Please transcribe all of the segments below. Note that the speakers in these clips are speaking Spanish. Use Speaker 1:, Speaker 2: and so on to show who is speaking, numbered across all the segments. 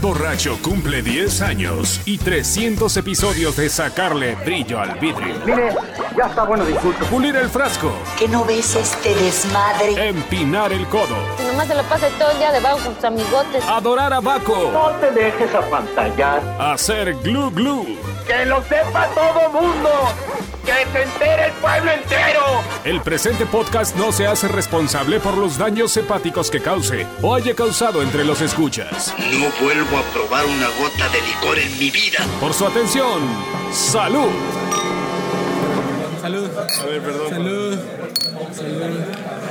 Speaker 1: Borracho cumple 10 años y 300 episodios de sacarle brillo al vidrio.
Speaker 2: Mire, ya está bueno de insultos.
Speaker 1: Pulir el frasco.
Speaker 3: ¿Qué no ves este desmadre?
Speaker 1: Empinar el codo.
Speaker 4: Si nomás se lo pase todo el día debajo con sus amigotes.
Speaker 1: Adorar a Baco.
Speaker 2: No te dejes apantallar.
Speaker 1: Hacer glu glu.
Speaker 2: ¡Que lo sepa todo mundo! ¡Que se entere el pueblo entero!
Speaker 1: El presente podcast no se hace responsable por los daños hepáticos que cause o haya causado entre los escuchas.
Speaker 5: No vuelvo a probar una gota de licor en mi vida.
Speaker 1: Por su atención, salud.
Speaker 6: Salud. A ver, perdón. Salud. Salud.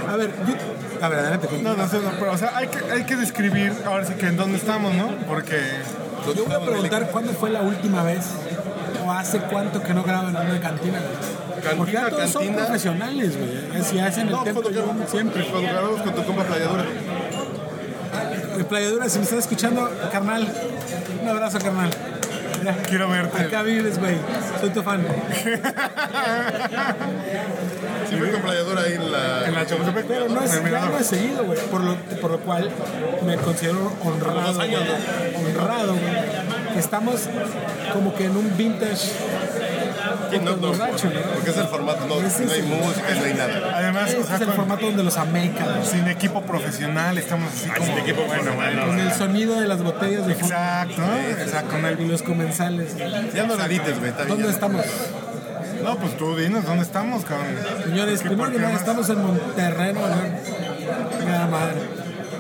Speaker 6: A ver, yo... A ver, adelante.
Speaker 7: No, no sé, no, pero o sea, hay que, hay que describir ahora sí que en dónde estamos, ¿no? Porque
Speaker 6: Yo voy a preguntar cuándo fue la última vez o hace cuánto que no graban una de cantina. güey.
Speaker 7: Cantina,
Speaker 6: Porque ya todos son
Speaker 7: cantina.
Speaker 6: profesionales, güey. Si hacen el
Speaker 7: no, pues,
Speaker 6: tempo,
Speaker 7: cuando
Speaker 6: yo-
Speaker 7: grabamos siempre, cuando grabamos con tu compa playadura.
Speaker 6: Eh, Playadura, si me estás escuchando, carnal, un abrazo, carnal. Mira,
Speaker 7: Quiero verte.
Speaker 6: acá vives, güey. Soy tu fan.
Speaker 7: Siempre con playadura ahí en la.
Speaker 6: En la Chapultepec, pero no es,
Speaker 7: En el
Speaker 6: ya
Speaker 7: mirador.
Speaker 6: no es seguido, güey. Por lo, por lo cual me considero honrado.
Speaker 7: dos años,
Speaker 6: güey. Honrado, güey. Que Estamos como que en un vintage.
Speaker 7: Sí, no, no,
Speaker 6: borracho, ¿no?
Speaker 7: Porque es el formato, no,
Speaker 6: Es
Speaker 7: no hay
Speaker 6: ese.
Speaker 7: música, no hay nada. Además,
Speaker 6: Este es el formato donde los americanos.
Speaker 7: sin equipo profesional, estamos así como. Ah, Sin equipo profesional.
Speaker 6: Con el sonido de las botellas de fondo
Speaker 7: Exacto, exacto. Con
Speaker 6: y
Speaker 7: el...
Speaker 6: los comensales.
Speaker 7: Ya no la edites, güey. está bien,
Speaker 6: ¿Dónde
Speaker 7: ya.
Speaker 6: estamos?
Speaker 7: No, pues tú dinos, ¿dónde estamos, cabrón?
Speaker 6: Señores,
Speaker 7: ¿Qué
Speaker 6: primero que
Speaker 7: por qué
Speaker 6: nada,
Speaker 7: más?
Speaker 6: estamos en Monterrey, ¿no? Nada madre.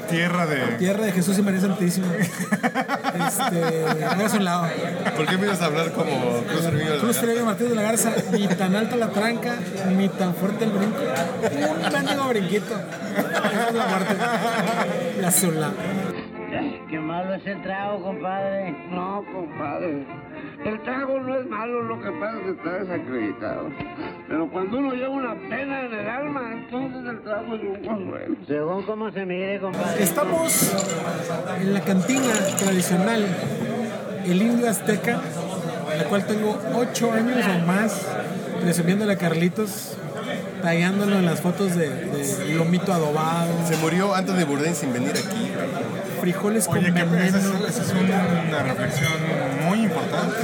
Speaker 7: Tierra de.
Speaker 6: Tierra de Jesús y María Santísima. Este, hagas un lado.
Speaker 7: ¿Por qué me ibas a hablar como Cruz Servillo de
Speaker 6: Cruz Treviño Martínez de la Garza, ni tan alta la tranca, ni tan fuerte el brinco. Un mendigo brinquito. Esa es la muerte. La sola.
Speaker 8: Qué malo es el trago, compadre. No, compadre. El trago no es malo, lo que pasa es que está desacreditado. Pero cuando uno lleva una pena en el alma, entonces el trago es un consuelo. Según cómo se mire, compadre.
Speaker 6: Estamos en la cantina tradicional El Indio Azteca, la cual tengo 8 años o más presumiéndole a Carlitos, tallándolo en las fotos de, de lomito adobado,
Speaker 7: Se murió antes de Bourdain sin venir aquí.
Speaker 6: frijoles con
Speaker 7: Oye, que esa
Speaker 6: veneno.
Speaker 7: es, esa es una, una reflexión muy importante.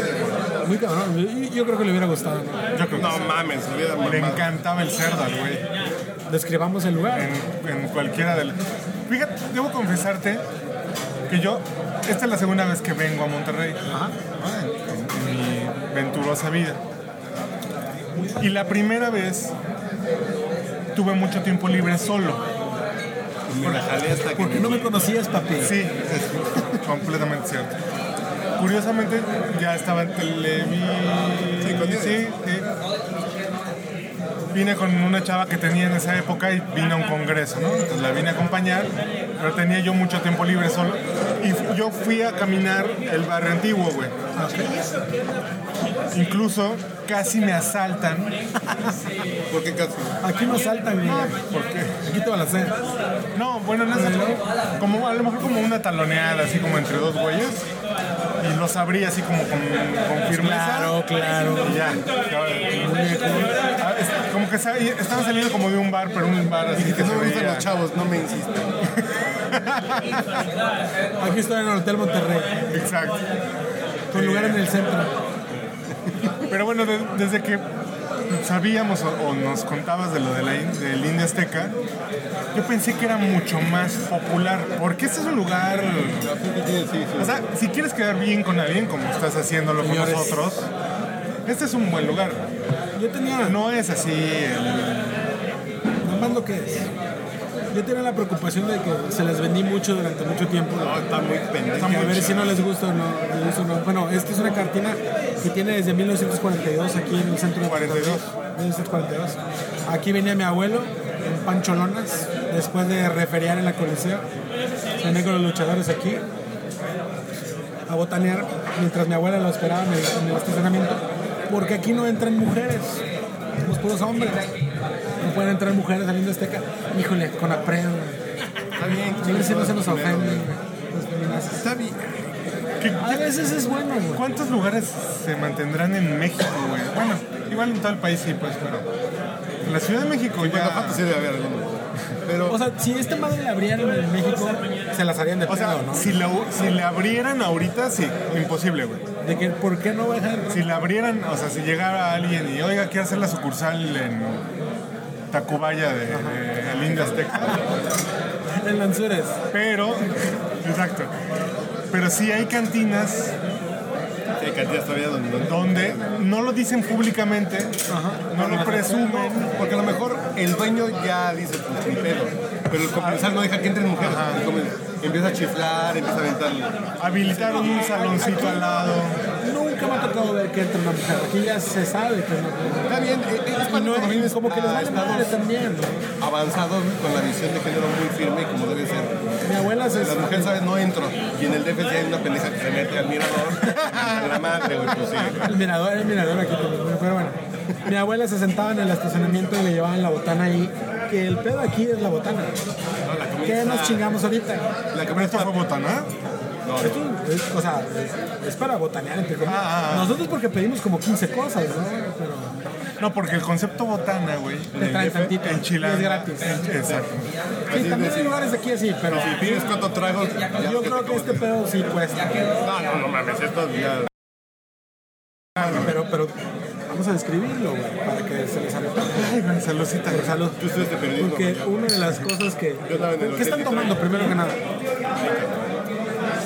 Speaker 6: Muy cabrón, yo- yo creo que le hubiera gustado. ¿no?
Speaker 7: no mames, hubiera Le encantaba el cerdo al güey.
Speaker 6: Describamos el lugar.
Speaker 7: En, en cualquiera del. Fíjate, debo confesarte que yo. Esta es la segunda vez que vengo a Monterrey. ¿no? En, en mi venturosa vida. Y la primera vez tuve mucho tiempo libre solo. Me la jalé hasta
Speaker 6: ¿Por qué no me conocías, papi?
Speaker 7: Sí, es completamente cierto. Curiosamente, ya estaba en Televisa. Sí, sí. Vine con una chava que tenía en esa época y vine a un congreso, ¿no? Entonces la vine a acompañar, pero tenía yo mucho tiempo libre solo. Y fu- yo fui a caminar el barrio antiguo, güey. Incluso casi me asaltan. ¿Por qué casi? Ah.
Speaker 6: Aquí no saltan, güey.
Speaker 7: ¿Por qué?
Speaker 6: Aquí te van a hacer.
Speaker 7: No, bueno, en ese como a lo mejor como una taloneada, así como entre dos güeyes. Y los abrí así como con, con firmeza.
Speaker 6: Claro, claro.
Speaker 7: Y ya. Ah, es- Como que sa- estaban saliendo como de un bar, pero un bar así que no me gustan los chavos, no me insistan.
Speaker 6: Aquí estoy en el Hotel Monterrey,
Speaker 7: Exacto.
Speaker 6: con lugar en el centro.
Speaker 7: Pero bueno, de- desde que sabíamos o, o nos contabas de lo de la in- del India Azteca, yo pensé que era mucho más popular, porque este es un lugar... O sea, si quieres quedar bien con alguien, como estás haciéndolo con
Speaker 6: Señores.
Speaker 7: nosotros, este es un buen lugar.
Speaker 6: Yo tenía,
Speaker 7: No es así... eh, el-
Speaker 6: nada más lo que es. Yo tenía la preocupación de que se las vendí mucho durante mucho tiempo.
Speaker 7: está muy pendejo.
Speaker 6: que a ver si no les gusta o no, les gusta o no. Bueno, esta es una cartina que tiene desde 1942 aquí en el centro de
Speaker 7: 42.
Speaker 6: 1942. Aquí venía mi abuelo en pancholonas después de referiar en la coliseo. Soné con los luchadores aquí a botanear mientras mi abuela lo esperaba en el, en el estacionamiento. Porque aquí no entran mujeres, somos puros hombres. No pueden entrar mujeres saliendo Azteca. Híjole, con aprendo.
Speaker 7: Está bien.
Speaker 6: A ver si no se nos
Speaker 7: chingón,
Speaker 6: ofenden
Speaker 7: primero.
Speaker 6: los feminazis.
Speaker 7: Está bien. ¿Qué-
Speaker 6: A veces es bueno, güey.
Speaker 7: ¿Cuántos lugares se mantendrán en México, güey? Bueno, igual en todo el país sí, pues, pero. En la Ciudad de México ya.
Speaker 9: Guanajuato sí debe haber alguno.
Speaker 7: Pero,
Speaker 6: O sea, si esta madre la abrieran en México, se las harían de
Speaker 7: o sea,
Speaker 6: pedo, ¿no?
Speaker 7: si, la, si la abrieran ahorita, sí, imposible, güey.
Speaker 6: De que, ¿por qué no va a dejar?
Speaker 7: Si la abrieran, o sea, si llegara alguien y, oiga, quiero hacer la sucursal en Tacubaya de, de el Indio Azteca.
Speaker 6: En Lanzures.
Speaker 7: Pero, exacto. Pero sí hay cantinas. Hay cantinas todavía donde, no lo dicen públicamente, no lo presumen.
Speaker 9: Porque a lo mejor el dueño ya dice, pues ni pedo. Pero el comensal no deja que entren mujeres. El comen- Empieza a chiflar, empieza a aventar.
Speaker 7: Habilitaron un saloncito al lado.
Speaker 6: Nunca me ha tocado ver que entra una mujer. Aquí ya se sabe que no.
Speaker 9: Está bien, eh, eh, es
Speaker 6: Y
Speaker 9: cuando
Speaker 6: no ah,
Speaker 9: vives
Speaker 6: es como que les
Speaker 9: a
Speaker 6: vale
Speaker 9: estados
Speaker 6: madre también. ¿no?
Speaker 9: avanzados con la visión de género muy firme y como debe ser.
Speaker 6: Mi abuela se.
Speaker 9: Las mujeres, ¿sabes? No entro. Y en el DF sí hay una pendeja que se mete al mirador. A la madre, güey, pues sí.
Speaker 6: El mirador, el mirador aquí también, pero bueno. Mi abuela se sentaba en el estacionamiento y le llevaban la botana ahí. Que el pedo aquí es la botana. ¿Qué nos chingamos ahorita?
Speaker 7: La que esto fue botana.
Speaker 6: Esto es- o sea, es, es para botanear entre comillas. Nosotros porque pedimos como 15 cosas, ¿no? Pero
Speaker 7: No, porque el concepto botana, güey.
Speaker 6: Te traen tantito, y es gratis.
Speaker 7: Exacto.
Speaker 6: sí, también hay lugares aquí así, pero
Speaker 9: Si pides cuánto trago, ya
Speaker 6: yo creo que este pedo sí cuesta.
Speaker 9: No, no, no mames, esto ya.
Speaker 6: Pero, pero vamos a describirlo, güey, para que se les haga.
Speaker 7: Saludcita.
Speaker 6: Pero salud.
Speaker 9: Tú estuviste periodismo.
Speaker 6: Porque una de las cosas que.
Speaker 9: Yo andaba en el
Speaker 6: ¿Qué están
Speaker 9: 83.
Speaker 6: tomando primero que nada?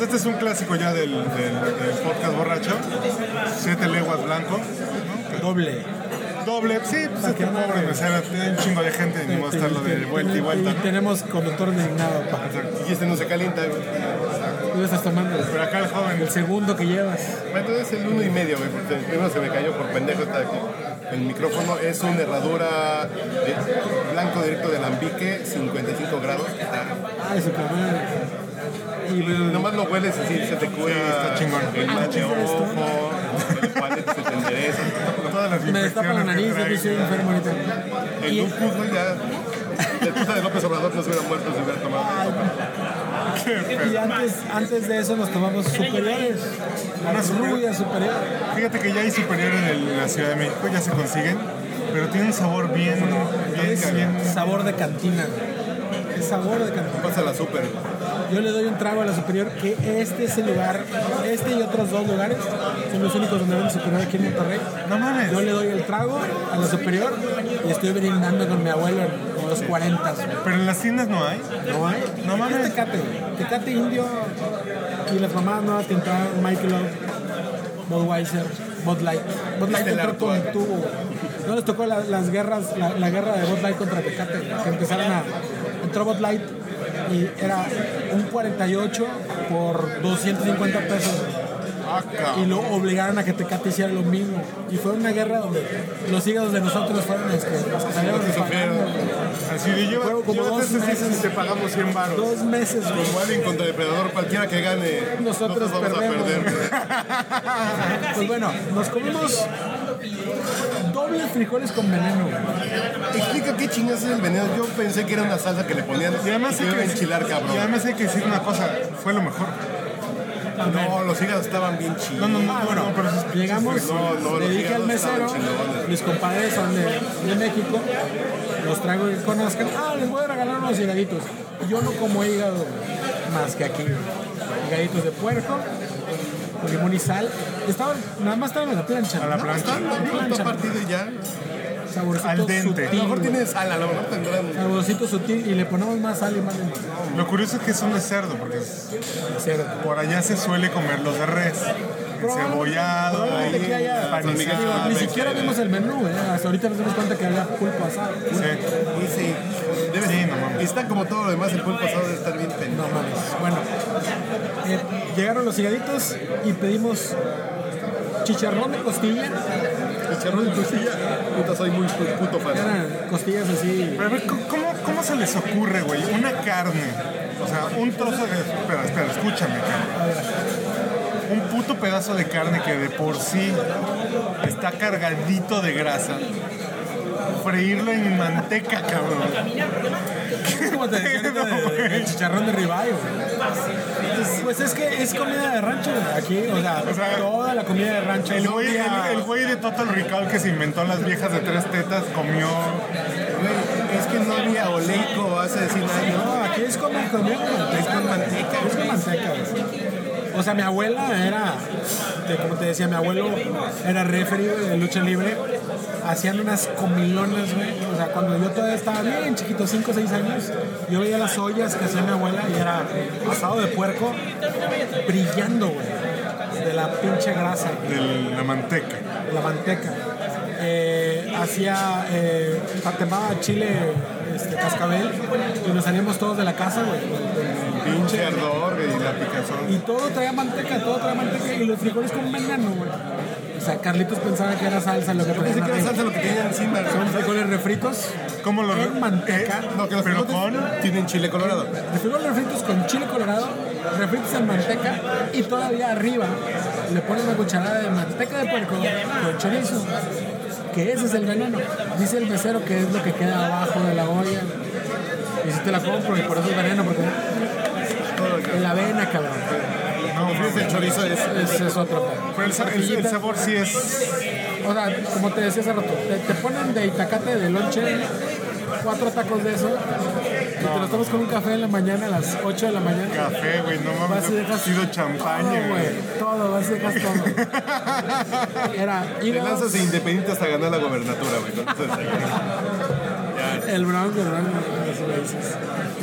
Speaker 7: Este es un clásico ya del, del- del podcast borracho. Siete leguas blanco.
Speaker 6: Doble.
Speaker 7: Doble, sí, pues este pobre mesera, tiene un chingo de gente, ni modo estarlo de vuelta y vuelta. ¿no?
Speaker 6: Este, Tenemos conductor designado, pa.
Speaker 9: Y este no se calienta, güey.
Speaker 6: Tú estás tomando
Speaker 7: Pero acá el joven
Speaker 6: el segundo que llevas.
Speaker 9: Bueno, Entonces el uno y medio, güey, porque el primero se me cayó por pendejo está aquí. El micrófono es una herradura de blanco directo de alambique, 55 grados.
Speaker 6: Ay, su camarada. Y bueno,
Speaker 9: Nomás lo hueles así, se te cura.
Speaker 7: está chingón.
Speaker 9: El
Speaker 7: Ah,
Speaker 9: mal de
Speaker 6: ¿qué
Speaker 9: ojo, el palete
Speaker 6: es esto?
Speaker 9: se te endereza.
Speaker 7: Todas las
Speaker 6: me destapa la nariz, yo que
Speaker 7: infecciones que
Speaker 6: soy
Speaker 7: trae.
Speaker 6: enfermo ahorita.
Speaker 9: El lupus, güey, ya. La esposa de López Obrador no se hubiera muerto si hubiera tomado.
Speaker 6: Y antes, antes de eso nos tomamos superiores. Las rubias superiores.
Speaker 7: Fíjate que ya hay superior en, el- en la Ciudad de México, ya se consiguen, pero tiene un sabor bien, bien,
Speaker 6: Es
Speaker 7: bien.
Speaker 6: sabor de cantina. Es sabor de cantina.
Speaker 9: Pasa la super.
Speaker 6: Yo le doy un trago a la superior que este es el lugar, este y otros dos lugares son los únicos donde venden superior aquí en Monterrey.
Speaker 7: No mames.
Speaker 6: Yo le doy el trago a la superior y estoy brindando con mi abuelo en los 40.
Speaker 7: Pero en las tiendas no hay.
Speaker 6: No hay.
Speaker 7: No mames.
Speaker 6: Es Tecate, Tecate Indio y las mamás nuevas que entraron, Michael Love, Budweiser, Bud Light. Bud Light
Speaker 9: Estela
Speaker 6: entró con el tubo. güey. No les tocó la- las guerras, la, la guerra de Bud Light contra Tecate, que empezaron a... Entró Bud Light y era un 48 por 250 pesos.
Speaker 7: Ah,
Speaker 6: Y lo obligaron a que Tecate hiciera lo mismo. Y fue una guerra donde los hígados de nosotros fueron los que, los que salieron pagando.
Speaker 7: Así de lleva,
Speaker 6: Fueron como
Speaker 7: llévate
Speaker 6: dos
Speaker 7: este
Speaker 6: meses.
Speaker 7: season y te pagamos 100 baros.
Speaker 6: Dos meses, güey.
Speaker 9: Como alguien contra depredador, cualquiera que gane,
Speaker 6: Nosotros
Speaker 9: vamos
Speaker 6: perdemos.
Speaker 9: a perder. güey.
Speaker 6: Pues bueno, nos comimos doble frijoles con veneno. güey.
Speaker 9: Explica qué chingados es el veneno. Yo pensé que era una salsa que le ponían.
Speaker 7: Y además,
Speaker 9: se
Speaker 7: hay que
Speaker 9: iba a
Speaker 7: decir,
Speaker 9: enchilar, cabrón.
Speaker 7: y además hay que decir una cosa, fue lo mejor.
Speaker 9: No, los hígados estaban bien chidos.
Speaker 7: No, no, no,
Speaker 6: Ah, bueno,
Speaker 7: no, pero eso es-
Speaker 6: llegamos,
Speaker 9: No, no,
Speaker 6: le
Speaker 9: los
Speaker 6: dije al
Speaker 9: hígados
Speaker 6: mesero,
Speaker 9: estaban chingones.
Speaker 6: mis compadres son de, de México, los traigo que conozcan, ah, les voy a regalar unos higaditos. Yo no como hígado güey, más que aquí, güey. higaditos de puerco, con limón y sal. Estaban, nada más estaban en la plancha.
Speaker 7: A la
Speaker 6: ¿no?
Speaker 7: plancha.
Speaker 9: Están a punto partido y ya.
Speaker 6: Saborcito
Speaker 7: Al dente.
Speaker 9: A lo
Speaker 6: sutil,
Speaker 9: mejor
Speaker 6: güey.
Speaker 9: tiene sal, a lo mejor tendrán.
Speaker 6: Saborcito sutil y le ponemos más sal y más limón.
Speaker 7: Lo curioso es que son de cerdo, porque es-
Speaker 6: Cierto.
Speaker 7: por allá se suele comer los de res. Cebollado,
Speaker 6: Probablemente que haya- Digo,
Speaker 7: panizado.
Speaker 6: ni siquiera vimos el menú, ¿eh? hasta ahorita nos dimos cuenta que había pulpo asado.
Speaker 7: Sí.
Speaker 9: Y sí, debe
Speaker 7: Sí,
Speaker 9: ser.
Speaker 7: no mames.
Speaker 9: Y está como todo lo demás, el pueblo pasado debe estar bien pendiente.
Speaker 6: No mames. Bueno, eh, llegaron los higaditos y pedimos chicharrón de costilla.
Speaker 9: Chicharrón de costilla, puta, soy muy pu- puto fan.
Speaker 6: Eran costillas así.
Speaker 7: Pero a ver, ¿cómo- ¿cómo, cómo se les ocurre, güey? Una carne, o sea, un trozo de... Espera, espera, escúchame, cabrón. Un puto pedazo de carne que de por sí está cargadito de grasa. Freírlo en manteca, cabrón.
Speaker 6: como te decía ahorita de- de chicharrón de ribeye, güey. Pues- Pues es que es comida de rancho güey, aquí, o sea,
Speaker 7: O sea,
Speaker 6: toda la comida de rancho.
Speaker 7: El
Speaker 6: No
Speaker 7: güey, el,
Speaker 6: había-
Speaker 7: el güey de Total Recall que se inventó las viejas de tres tetas comió...
Speaker 9: Es que no había oleico hace 100 años.
Speaker 6: No, aquí es con manteca.
Speaker 9: Es con manteca.
Speaker 6: Es con manteca. güey. O sea, mi abuela era, te- como te decía, mi abuelo era referido de lucha libre. Hacían unas comilonas, güey. O sea, cuando yo todavía estaba bien chiquito, 5 o 6 años, yo veía las ollas que hacía mi abuela y era asado de puerco brillando, güey. De la pinche grasa, güey,
Speaker 7: de la manteca.
Speaker 6: de la manteca. Eh, hacía, eh, patemaba chile este, cascabel y nos salíamos todos de la casa, güey.
Speaker 9: Pinche ardor y la picazón.
Speaker 6: Y todo traía manteca, todo traía manteca y los frijoles con veneno, güey. O sea, Carlitos pensaba que era salsa lo que
Speaker 9: Ni
Speaker 6: ponían
Speaker 9: siquiera
Speaker 6: arriba.
Speaker 9: salsa lo que tenían encima.
Speaker 6: Son frijoles refritos.
Speaker 7: ¿Cómo lo Eh,
Speaker 6: En manteca.
Speaker 9: No, que los
Speaker 7: Pero
Speaker 9: frijoles tienen chile colorado.
Speaker 6: De frijoles refritos con chile colorado, refritos en manteca y todavía arriba le pones una cucharada de manteca de puerco con chorizo. Que ese es el veneno. Dice el mesero que es lo que queda abajo de la olla. Y si te la compro y por eso es veneno, porque el avena, cabrón.
Speaker 7: No,
Speaker 9: Fíjense, el chorizo es.
Speaker 6: Ese es otro pedo.
Speaker 7: Pero el, sa- el- el sabor sí es.
Speaker 6: O sea, como te decía hace rato, te, te ponen de itacate de lonche cuatro tacos de eso y te los tomas con un café en la mañana a las 8 de la mañana.
Speaker 7: Café, güey, no mames.
Speaker 6: Vas y dejas
Speaker 7: Ha sido champaña,
Speaker 6: todo,
Speaker 7: güey.
Speaker 6: Todo, vas y dejas todo. Era
Speaker 9: Te
Speaker 6: hígado,
Speaker 9: lanzas de independiente hasta ganar la gobernatura, güey. con eso de desayuno.
Speaker 6: el bronco, el bronco, así le dices.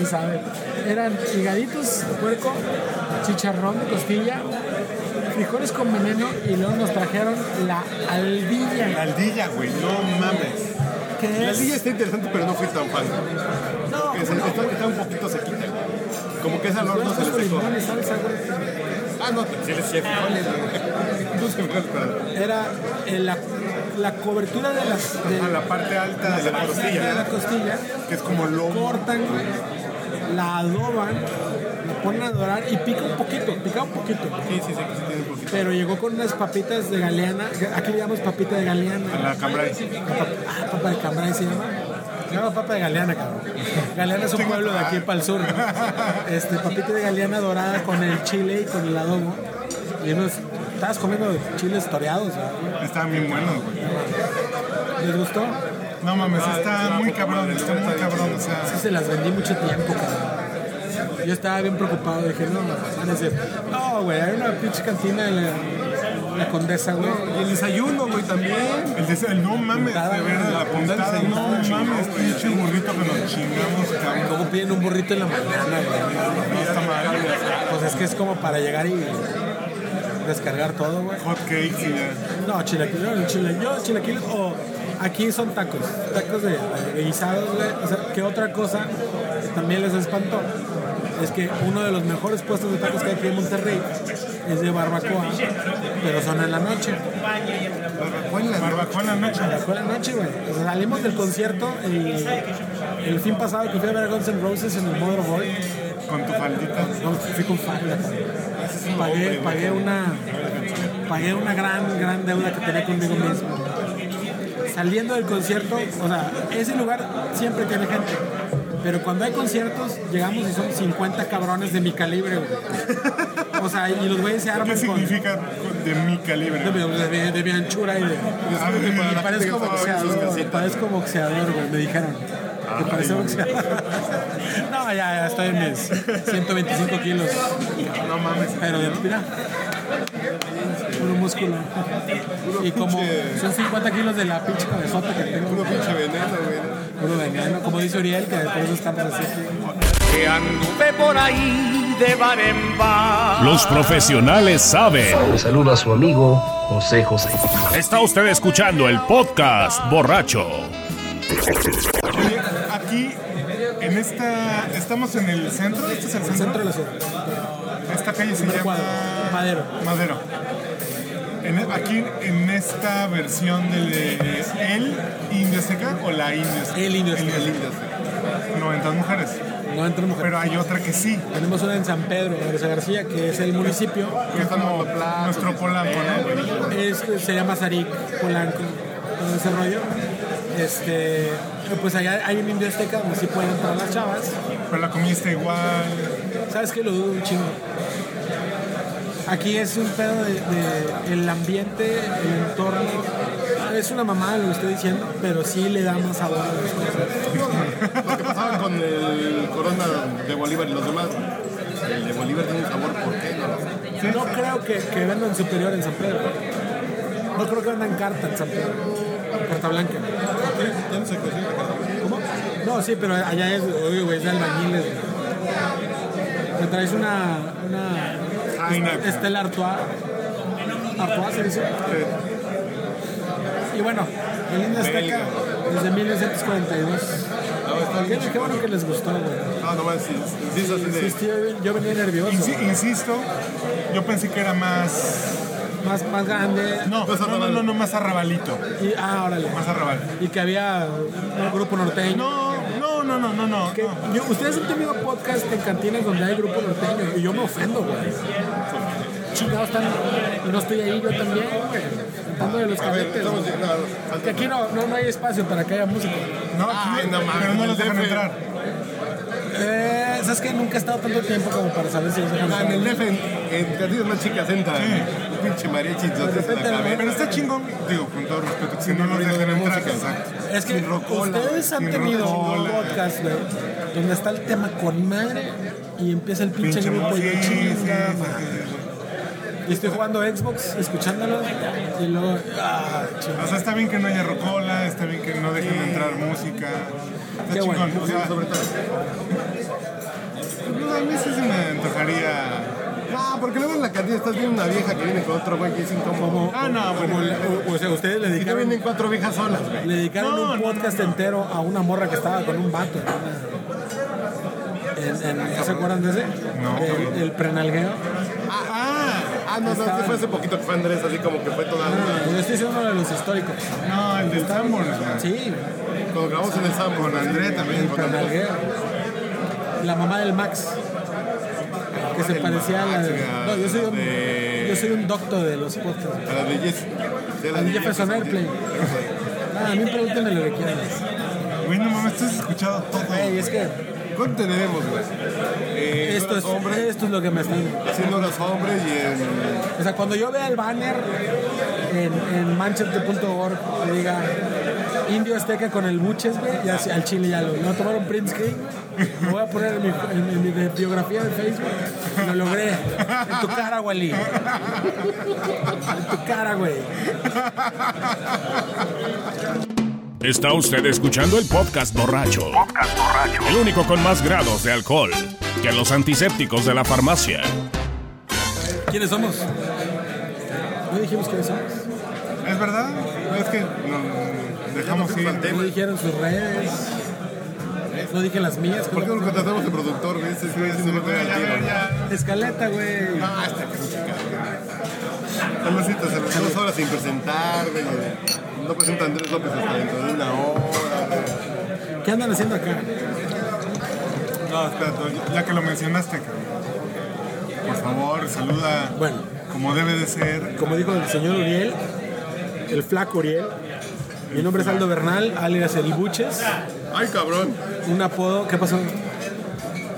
Speaker 6: Y sabe. Eran higaditos de puerco, chicharrón de costilla, frijoles con veneno y luego nos trajeron la
Speaker 7: La
Speaker 6: albilla,
Speaker 7: aldilla, güey, no mames.
Speaker 6: que
Speaker 9: La
Speaker 6: es...
Speaker 9: liga está interesante, pero no fui tan fan.
Speaker 6: No,
Speaker 9: Es- Está, está un poquito sequita, güey. Como que es al horno se le secó.
Speaker 6: limón y salsa, güey.
Speaker 9: Ah, no, si les decía frijoles, güey. No se me acuerdo.
Speaker 6: era eh, la, la cobertura de las de,
Speaker 7: A la parte alta de la
Speaker 6: de la
Speaker 7: costilla,
Speaker 6: costilla
Speaker 7: que es como lomo.
Speaker 6: cortan güey, la adoban la ponen a dorar y pica un poquito pica un poquito
Speaker 9: Sí, sí, sí, que sí tiene un poquito.
Speaker 6: pero llegó con unas papitas de galeana que aquí le llamamos papita de
Speaker 7: A
Speaker 6: galeana
Speaker 7: la cambray.
Speaker 6: La pap- ah, papa de cambray se llama se llama papa de galeana cabrón galeana es un pueblo de aquí para el sur ¿no? este papita de galeana dorada con el chile y con el adobo y unos estabas comiendo chiles toreados ¿verdad?
Speaker 7: Estaban bien buenos, güey.
Speaker 6: les gustó
Speaker 7: No mames, está muy cabrón, está muy cabrón, o sea.
Speaker 6: Sí, se las vendí mucho tiempo, cabrón. Yo estaba bien preocupado, dije, no, no, van a decir, no, güey, hay una pinche cantina en la, la condesa, güey.
Speaker 9: Y el desayuno, güey, también.
Speaker 7: El, des- el no mames, de verdad, la puntada. No mames, pinche burrito que nos chingamos, cabrón.
Speaker 6: Luego piden un burrito en la mañana, güey.
Speaker 7: No está mal.
Speaker 6: Pues es que es como para llegar y descargar todo, güey.
Speaker 7: Hot cakes y ya.
Speaker 6: No, chilaquiles, no, chile- yo chilaquiles o aquí son tacos, tacos de, de guisados, güey. O sea, que otra cosa que también les espantó es que uno de los mejores puestos de tacos que hay aquí en Monterrey es de barbacoa, pero son en la noche.
Speaker 7: Barbacoa en la noche.
Speaker 6: Fue en la noche, güey. O sea, salimos del concierto el, el fin pasado que fui a ver a Guns N' Roses en el Modro Boy.
Speaker 7: Con tu faldita.
Speaker 6: No, fui con falda. Pagué, pagué una pagué una gran, gran deuda que tenía conmigo mismo. Saliendo del concierto, o sea, ese lugar siempre tiene gente. Pero cuando hay conciertos, llegamos y son 50 cabrones de mi calibre, güey. O sea, y los güeyes se
Speaker 7: ¿Qué
Speaker 6: arman con...
Speaker 7: significa de mi
Speaker 6: De,
Speaker 7: calibre?
Speaker 6: de- de- de mi anchura y de...
Speaker 9: que para
Speaker 6: y
Speaker 9: la gente que estaba
Speaker 6: parezco
Speaker 9: en sus
Speaker 6: boxeador,
Speaker 9: casitas.
Speaker 6: parezco boxeador, güey, me dijeron. Que parece boxeador. No, ya, ya, estoy en mis 125 kilos.
Speaker 7: No mames.
Speaker 6: Pero de- mira, puro músculo. Y como
Speaker 9: pinche-
Speaker 6: son 50 kilos de la pinche cabezota que tengo,
Speaker 9: Puro pinche veneno, güey.
Speaker 6: puro veneno, como dice Uriel, que por eso estamos así.
Speaker 2: Que anduve por ahí de bar en bar.
Speaker 1: Los profesionales saben.
Speaker 10: Le saluda a su amigo José José.
Speaker 1: Está usted escuchando el podcast borracho.
Speaker 7: Oye, aquí, en esta. Estamos en el centro. ¿Este es el
Speaker 6: Centro de
Speaker 7: centro?
Speaker 6: la ciudad,
Speaker 7: Esta calle se
Speaker 6: primer cuadro,
Speaker 7: llama.
Speaker 6: madero.
Speaker 7: Madero. En- aquí en esta versión del de el Indio Azteca o la Indio Azteca.
Speaker 6: El Indio
Speaker 7: El,
Speaker 6: Azteca.
Speaker 7: el Indio Azteca. 90 mujeres.
Speaker 6: No entran mujeres.
Speaker 7: Pero hay otra que sí,
Speaker 6: Tenemos una en San Pedro, Garza García, que es el municipio.
Speaker 7: que es como nuestro polanco, ¿no?
Speaker 6: Es- se llama Zarik, Polanco, todo ese rollo. Este, pues allá hay un indio azteca donde sí pueden entrar las chavas.
Speaker 7: Pero la comiste igual.
Speaker 6: ¿Sabes qué? Lo dudo un chingo. Aquí es un pedo de, de el ambiente, el entorno. es una mamada lo que estoy diciendo, pero sí le da más sabor a las cosas.
Speaker 9: Lo que pasaba con el Corona de Bolívar y los demás. El de Bolívar tiene un sabor, ¿por qué? No lo sé.
Speaker 6: No creo que, que vendan superior en San Pedro. No creo que vendan carta en San Pedro. Carta blanca.
Speaker 7: Ya no se
Speaker 9: pues,
Speaker 7: consigue la carta.
Speaker 6: ¿Cómo? No, sí, pero allá es, oye, güey, es de albañiles. güey. Me traes una, una
Speaker 7: Ay, no.
Speaker 6: Estela Artois. Artois se dice. Y bueno, el Indio Azteca desde 1942.
Speaker 7: Ah,
Speaker 9: No, está bien
Speaker 6: Qué, qué bueno que les gustó, güey.
Speaker 9: No, no más, sí, sí, es así de...
Speaker 6: Sí, yo, yo venía nervioso.
Speaker 7: Insi- Insisto, yo pensé que era más.
Speaker 6: Más, más grande.
Speaker 7: No,
Speaker 9: Más
Speaker 7: no, no,
Speaker 9: arrabal.
Speaker 7: no, no, más arrabalito.
Speaker 6: Y, ah, órale.
Speaker 7: Más arrabal.
Speaker 6: Y que había un grupo norteño.
Speaker 7: No, no, no, no, no, no.
Speaker 6: Que-
Speaker 7: no.
Speaker 6: yo- ustedes han tenido podcast en cantinas donde hay grupo norteño y yo me ofendo, güey. Chingados están. y No estoy ahí, yo también, güey. Hablando de los
Speaker 9: A ver,
Speaker 6: cadetes.
Speaker 9: estamos
Speaker 6: güey.
Speaker 9: llegando...
Speaker 6: Que aquí no, no, no hay espacio para que haya música.
Speaker 7: No,
Speaker 9: Ay,
Speaker 7: aquí-
Speaker 9: no mames,
Speaker 7: pero no los dejan
Speaker 9: el DF.
Speaker 7: entrar.
Speaker 6: Eh, ¿Sabes que Nunca he estado tanto tiempo como para saber si los dejan
Speaker 9: Ah, en el
Speaker 6: entrar.
Speaker 9: DF, en, en Cantinas más chicas entran. Un pinche mariachi, entonces en la cabeza.
Speaker 7: Pero está chingón, digo, con todo respeto, que si
Speaker 9: Sin
Speaker 7: no nos
Speaker 9: ruido de
Speaker 7: dejan entrar.
Speaker 9: música.
Speaker 7: Exacto.
Speaker 6: Es que
Speaker 9: sin rocola,
Speaker 6: ustedes han
Speaker 9: sin
Speaker 6: tenido un
Speaker 9: rocola.
Speaker 6: podcast, güey, donde está el tema con madre y empieza el pinche,
Speaker 7: Pinche
Speaker 6: grupo y yo,
Speaker 7: música. Sí, sí,
Speaker 6: "Chinga,
Speaker 7: sí,
Speaker 6: madre".
Speaker 7: sí, sí.
Speaker 6: Y estoy jugando Xbox, escuchándolo, y luego, ah, chingada.
Speaker 7: O sea, está bien que no haya rocola, está bien que no dejen entrar música. Está
Speaker 6: Qué
Speaker 7: chingón.
Speaker 6: bueno.
Speaker 7: O sea,
Speaker 9: Sobre todo.
Speaker 7: no, a mí sí se me antojaría.
Speaker 9: No, porque luego en la cantina estás viendo una vieja que viene con otro güey que es incómodo.
Speaker 7: Ah, no,
Speaker 6: O,
Speaker 7: bueno.
Speaker 6: o- o sea, ustedes le
Speaker 9: Y no
Speaker 6: dedicaron,
Speaker 9: vienen cuatro viejas solas, güey.
Speaker 6: le dedicaron
Speaker 7: No,
Speaker 6: un
Speaker 7: no,
Speaker 6: podcast entero a una morra que estaba con un vato. ¿no? En- en- ¿no ¿Se acuerdan de ese?
Speaker 7: No.
Speaker 6: El, el prenalgueo.
Speaker 7: Ah,
Speaker 9: Ah, no, no, sí fue hace poquito que fue Andrés, así como que fue toda
Speaker 6: No,
Speaker 9: una...
Speaker 6: no, yo estoy diciendo de los históricos.
Speaker 7: no, el del tambor.
Speaker 6: Sí,
Speaker 9: Cuando grabamos en el Sambo. Con
Speaker 7: André
Speaker 6: el
Speaker 7: también, con André.
Speaker 6: prenalgueo. La mamá del Max. Que se
Speaker 9: del
Speaker 6: parecía a la
Speaker 9: Max,
Speaker 6: de...
Speaker 9: la-
Speaker 6: No, yo soy un,
Speaker 9: de-
Speaker 6: yo soy un docto de los podcasts.
Speaker 9: A la de Jess. Sí, a la
Speaker 6: A
Speaker 9: de
Speaker 6: Jefferson Airplane. Ah, a mí pregúntenme lo que quieran.
Speaker 7: Güey, no mames, tú has escuchado todo.
Speaker 6: Ey, es que
Speaker 9: ¿Cuánto te debemos, güey? Eh,
Speaker 6: esto es,
Speaker 9: hombres,
Speaker 6: esto es lo que me están...
Speaker 9: haciendo horas hombres y en...
Speaker 6: O sea, cuando yo vea el banner en, en manchester.org que diga Indio Azteca con el Buches, güey, ya sí, al chile ya lo. No tomaron print screen, güey. Lo voy a poner en mi, en- en mi de- biografía de Facebook. Lo logré. En tu cara, Wally. En tu cara, güey.
Speaker 1: Está usted escuchando el podcast borracho. El único con más grados de alcohol que los antisépticos de la farmacia.
Speaker 6: ¿Quiénes somos? No dijimos quiénes somos.
Speaker 7: ¿Es verdad? Es que no, dejamos ir.
Speaker 6: No dijeron sus redes. No dije las mías.
Speaker 9: ¿Por qué no contratamos de productor, güey? Ese güey es un
Speaker 7: Ya,
Speaker 9: güey al
Speaker 7: ya,
Speaker 9: tiro.
Speaker 7: ya.
Speaker 6: Escaleta, güey.
Speaker 9: Ah, esta Saluditos, saluditos. Dos horas sin presentar, güey. No presenta a Andrés López hasta dentro de una hora.
Speaker 6: ¿Qué andan haciendo acá?
Speaker 7: No, espérate, ya que lo mencionaste, cabrón. por favor, saluda
Speaker 6: Bueno.
Speaker 7: como debe de ser.
Speaker 6: Como dijo el señor Uriel, el flaco Uriel, mi nombre es Aldo Bernal, alias El Buches,
Speaker 9: Ay, cabrón.
Speaker 6: un apodo, ¿qué pasó?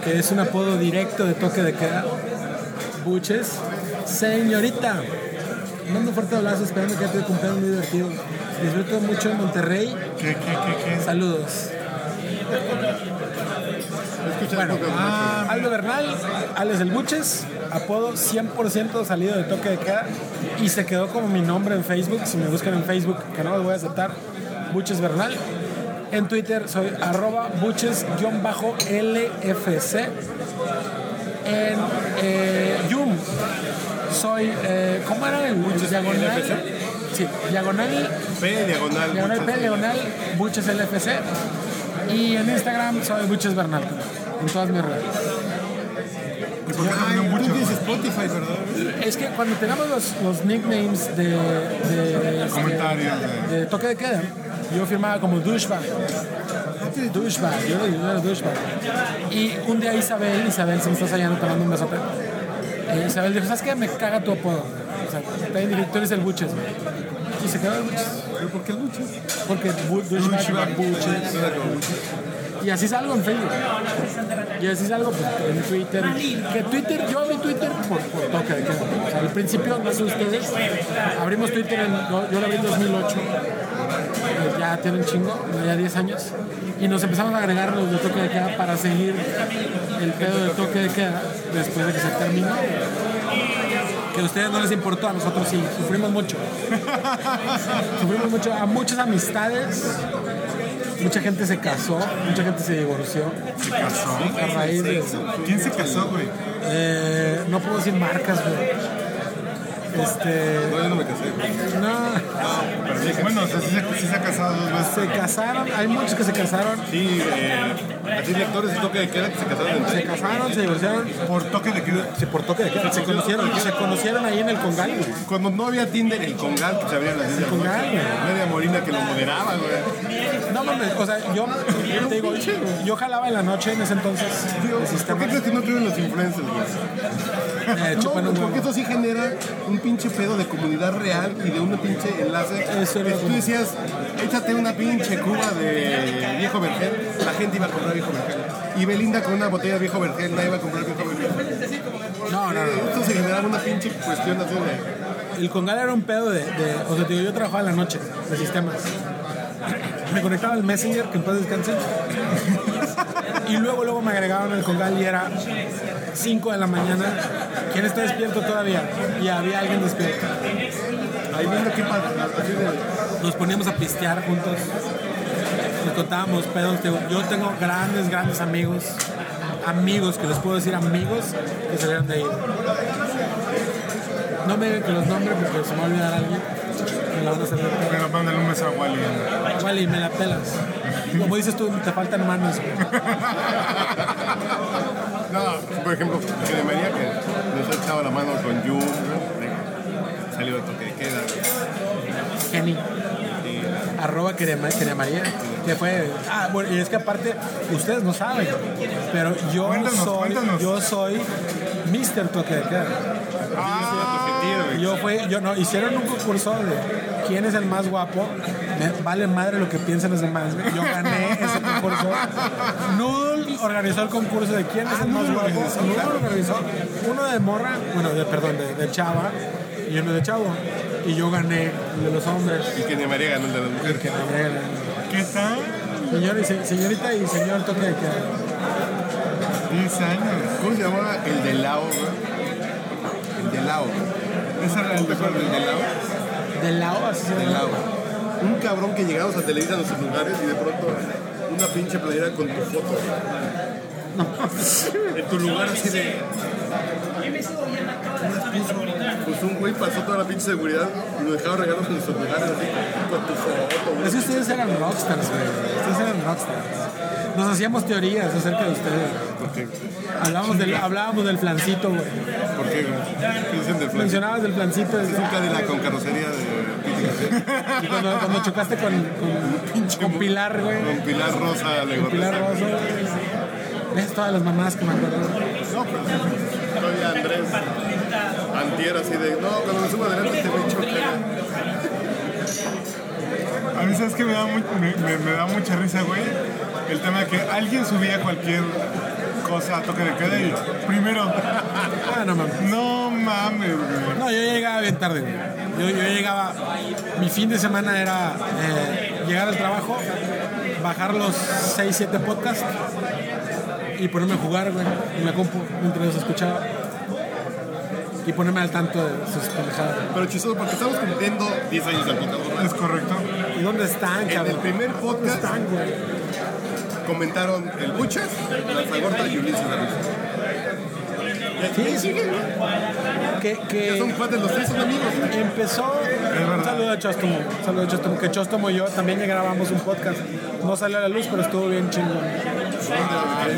Speaker 6: Que es un apodo directo de toque de queda. Buches, señorita, mando un fuerte abrazo, esperando que te cumpleaños muy divertido. Disfruto mucho en Monterrey,
Speaker 7: ¿Qué, qué, qué, qué?
Speaker 6: Ah, saludos.
Speaker 9: Escucha
Speaker 6: Bueno,
Speaker 9: el podcast,
Speaker 6: ah, Aldo Bernal, alias El Buches, apodo 100% salido de toque de queda y se quedó como mi nombre en Facebook. Si me buscan en Facebook, que no los voy a aceptar, Buches Bernal. En Twitter soy arroba buches-lfc. En eh, Yum soy, eh, ¿cómo era el buches? Diagonal. Sí, diagonal
Speaker 9: macho. P, diagonal.
Speaker 6: Leonel
Speaker 9: muchas-
Speaker 6: P, Leonel, Buches LFC. Y en Instagram soy Buches Bernal. En todas mis redes.
Speaker 7: ¿Y por qué te
Speaker 9: Ay,
Speaker 7: ponen
Speaker 9: tú
Speaker 7: mucho?
Speaker 9: tienes Spotify, ¿verdad?
Speaker 6: Es que cuando tengamos los, los nicknames de, de, este,
Speaker 7: Comentarios, eh.
Speaker 6: de toque de queda, yo firmaba como douchebag. Douchebag, yo le yo era douchebag. Y un día Isabel, Isabel, si me estás hallando, te mando un besote. Eh, Isabel dijo, ¿sabes qué? Me caga tu apodo. O sea, también dije, tú eres el buches, güey. Y se quedó el buches.
Speaker 9: ¿Pero por qué el mucho?
Speaker 6: Porque bu- douchebag,
Speaker 7: Douchebag.
Speaker 6: buches.
Speaker 9: Era como mucho.
Speaker 6: Y así salgo en Facebook. Y así salgo pues, en Twitter. Que Twitter, yo abrí Twitter por, por toque de queda. O sea, al principio, no sé ustedes, abrimos Twitter, en, yo, yo lo abrí en 2008. Eh, Ya tiene un chingo, ya 10 años. Y nos empezamos a agregar los de toque de queda para seguir el pedo del toque de queda después de que se terminó. Que a ustedes no les importó, a nosotros sí, sufrimos mucho. sufrimos mucho, a muchas amistades Mucha gente se casó, mucha gente se divorció.
Speaker 7: ¿Se casó?
Speaker 6: A raíz de eso.
Speaker 7: ¿Quién se casó, güey?
Speaker 6: Eh, no puedo decir marcas, güey. Este.
Speaker 9: No, yo no me casé. güey.
Speaker 6: No,
Speaker 7: Pero sí, Bueno, o sea, sí, se- sí se ha casado dos veces.
Speaker 6: se casaron, hay muchos que se casaron.
Speaker 9: Sí, eh, así directores y toque de queda que se casaron entre
Speaker 6: Se casaron, se divorciaron.
Speaker 7: Por toque de queda.
Speaker 6: Se portó que se conocieron, se conocieron ahí en el Congal, güey.
Speaker 9: Cuando no había Tinder, el Congal que se abría a las 10 de la
Speaker 6: Congal,
Speaker 9: noche.
Speaker 6: güey.
Speaker 9: Media morina que lo moderaba, güey.
Speaker 6: No mames, o sea, yo te digo, yo jalaba en la noche en ese entonces el
Speaker 9: ¿Por
Speaker 6: sistema.
Speaker 9: qué crees que no tuvieron los influencers, güey?
Speaker 6: Eh, chupan
Speaker 9: No,
Speaker 6: un
Speaker 9: pues, porque
Speaker 6: huevo.
Speaker 9: eso sí genera un pinche pedo de comunidad real y de un pinche enlace.
Speaker 6: Eso era
Speaker 9: Que si tú
Speaker 6: como-
Speaker 9: decías, échate una pinche cuba de viejo vergel, la gente iba a comprar viejo vergel. Y Belinda con una botella de viejo vergel, la iba a comprar viejo vergel.
Speaker 6: No, no, no.
Speaker 9: Esto se generaba una pinche cuestión así de...
Speaker 6: El Congal era un pedo de, de- o sea, te digo, yo trabajaba en la noche de sistemas. Me conectaba al Messenger, que en paz descanse. y luego, luego me agregaron el Congal y era 5 de la mañana. ¿Quién está despierto todavía? Y había alguien despierto.
Speaker 9: Ahí viendo qué pasa. así de-
Speaker 6: Nos poníamos a pistear juntos. Nos contábamos pedos. Te digo, Yo tengo grandes, grandes amigos. Amigos, que les puedo decir amigos, que salieron de ahí. No me digan que los nombres porque se me va a olvidar alguien. Me la van a hacer de pedo.
Speaker 7: Pero mándale un beso a Wally. güey.
Speaker 6: Vale, y me la pelas. Como dices tú, te faltan manos. güey.
Speaker 9: No, por ejemplo, que de María que nos ha echado la mano con Jun, de- salió de toque de queda.
Speaker 6: Kenny. Arroba que María. Que fue. Ah, bueno, y es que aparte, ustedes no saben. Pero yo
Speaker 7: Cuéntanos,
Speaker 6: soy.
Speaker 7: cuéntanos.
Speaker 6: Yo soy Mr. Toque de Queda. Yo fue, yo no, hicieron un concurso de quién es el más guapo. Me vale madre lo que piensen los demás. güey. Yo gané ese concurso. Nul organizó el concurso de quién es
Speaker 9: Ah,
Speaker 6: el más guapo. Nul organizó uno de morra, bueno, de, perdón, de, de chava y uno de chavo. Y yo gané el de los hombres.
Speaker 9: Y que de María ganó el de la mujer. que- Ah,
Speaker 7: ¿Qué tal?
Speaker 6: Señor y se- señorita y señor toque de queda.
Speaker 7: 10 años.
Speaker 9: ¿Cómo se llamaba? El de Lao, güey. El de Lao.
Speaker 7: Esa era la
Speaker 9: ¿Te acuerdas del de Lao?
Speaker 6: De lado así se
Speaker 9: Del
Speaker 6: llama.
Speaker 9: Lao. Un cabrón que llegamos a Televisa a nuestros lugares y de pronto una pinche playera con tu foto. En tu lugar así de... Pues un güey pasó toda la pinche seguridad y nos dejaba regalos en nuestros lugares así, con tu foto. güey.
Speaker 6: Es que ustedes eran rockstars, güey. Ustedes eran rockstars. Nos hacíamos teorías acerca de ustedes.
Speaker 9: ¿Por qué?
Speaker 6: Hablábamos del, hablábamos del flancito, güey.
Speaker 9: ¿Por qué? güey? ¿Qué dicen del plan?
Speaker 6: Mencionabas del flancito.
Speaker 9: Es
Speaker 6: decías,
Speaker 9: un Cadillac con carrocería de...
Speaker 6: Y cuando, cuando chocaste con, con, con Pilar, güey.
Speaker 9: Con Pilar Rosa, le
Speaker 6: con Pilar Rosso. Es todas las mamás que me acuerdo.
Speaker 9: No, pero todavía Andrés Antier así de, no, cuando me subo adelante te voy a chocar.
Speaker 7: A mí sabes que me da, mu- me, me- me da mucha risa, güey. El tema de que alguien subía cualquier cosa a toque de queda y primero,
Speaker 6: Ah, no mames.
Speaker 7: no mames, güey.
Speaker 6: No, yo llegaba bien tarde, güey. Yo, yo llegaba. Mi fin de semana era eh, llegar al trabajo, bajar los 6, 7 podcasts y ponerme a jugar, güey, en la compu mientras los escuchaba. Y ponerme al tanto de sus pendejadas.
Speaker 9: Pero chistoso, porque estamos cumpliendo 10 años de podcast.
Speaker 7: Es correcto.
Speaker 6: ¿Y dónde están,
Speaker 9: En el
Speaker 6: cabrón?
Speaker 9: primer
Speaker 6: ¿Dónde
Speaker 9: podcast
Speaker 6: están, güey?
Speaker 9: comentaron el Buchas, la Zagorta y Ulises Arruza. Y aquí siguen, ¿no?
Speaker 6: Que,
Speaker 9: Ya
Speaker 6: que
Speaker 9: son cuates, los tres son amigos.
Speaker 6: empezó. Un saludo a Chostomo. un saludo a Chostomo. Que Chostomo y yo también ya grabamos un podcast. No salió a la luz, pero estuvo bien chingón.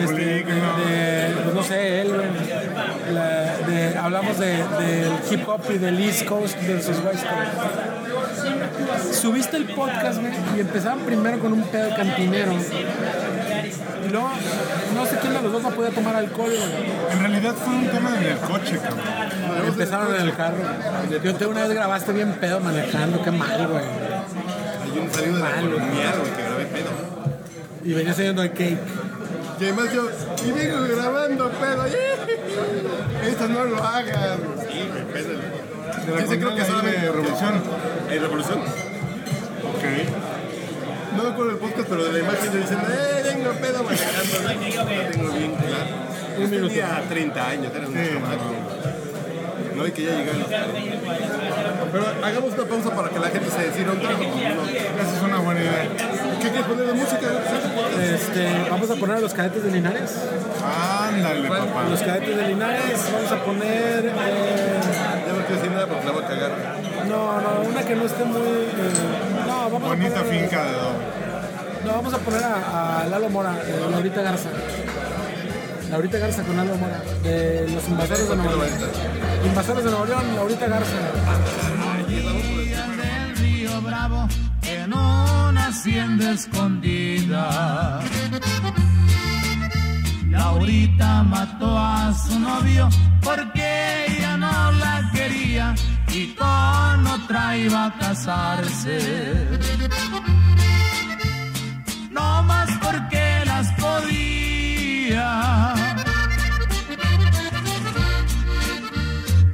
Speaker 6: Este, de- pues no sé, él, güey. La- de- hablamos de- del hip hop y del East Coast versus West Coast. Subiste el podcast, güey, y empezaban primero con un pedo cantinero. Y luego, no sé quién de los dos no podía tomar alcohol, güey.
Speaker 7: En realidad fue un tema en el coche, cabrón.
Speaker 6: Empezaron en el carro. Yo te una vez grabaste bien pedo manejando, qué mal, güey.
Speaker 9: Hay un salido de la colonial, güey, que grabé pedo.
Speaker 6: Y venía saliendo el cake.
Speaker 11: Y además yo, y vengo grabando, pero esto no lo hagan. Sí, me pesa el-
Speaker 7: De la
Speaker 11: Yo sí creo
Speaker 7: consola
Speaker 11: que
Speaker 7: ahí
Speaker 11: solamente
Speaker 7: de Revolución.
Speaker 11: ¿En Revolución?
Speaker 7: Ok.
Speaker 11: No me acuerdo del podcast, pero de la imagen yo diciendo, eh, vengo pedo manejando. No Lo tengo bien claro. Yo tenía 30 años, era un chamaco. No hay que ya llegar. Pero hagamos una pausa para que la gente se decida un trago. ¿no?
Speaker 7: Esa es una buena idea.
Speaker 11: ¿Qué quieres poner de música?
Speaker 6: Este, vamos a poner a los cadetes de Linares.
Speaker 7: Ándale,
Speaker 6: A
Speaker 7: papá.
Speaker 6: los cadetes de Linares, vamos a poner. eh,
Speaker 11: Ya no quiero decir nada porque la voy a cagar.
Speaker 6: no, no, una que no esté muy. eh, no, vamos a
Speaker 7: Bonita
Speaker 6: poner.
Speaker 7: finca de doble.
Speaker 6: No, vamos a poner a, a Lalo Mora, eh, Laurita Garza. Laurita Garza con Lalo Mora, de los invasores de Nueva León. Invasores de Nueva León, Laurita Garza.
Speaker 12: en una hacienda escondida. Laurita mató a su novio porque ella no la quería y con otra iba a casarse. No más porque las podía.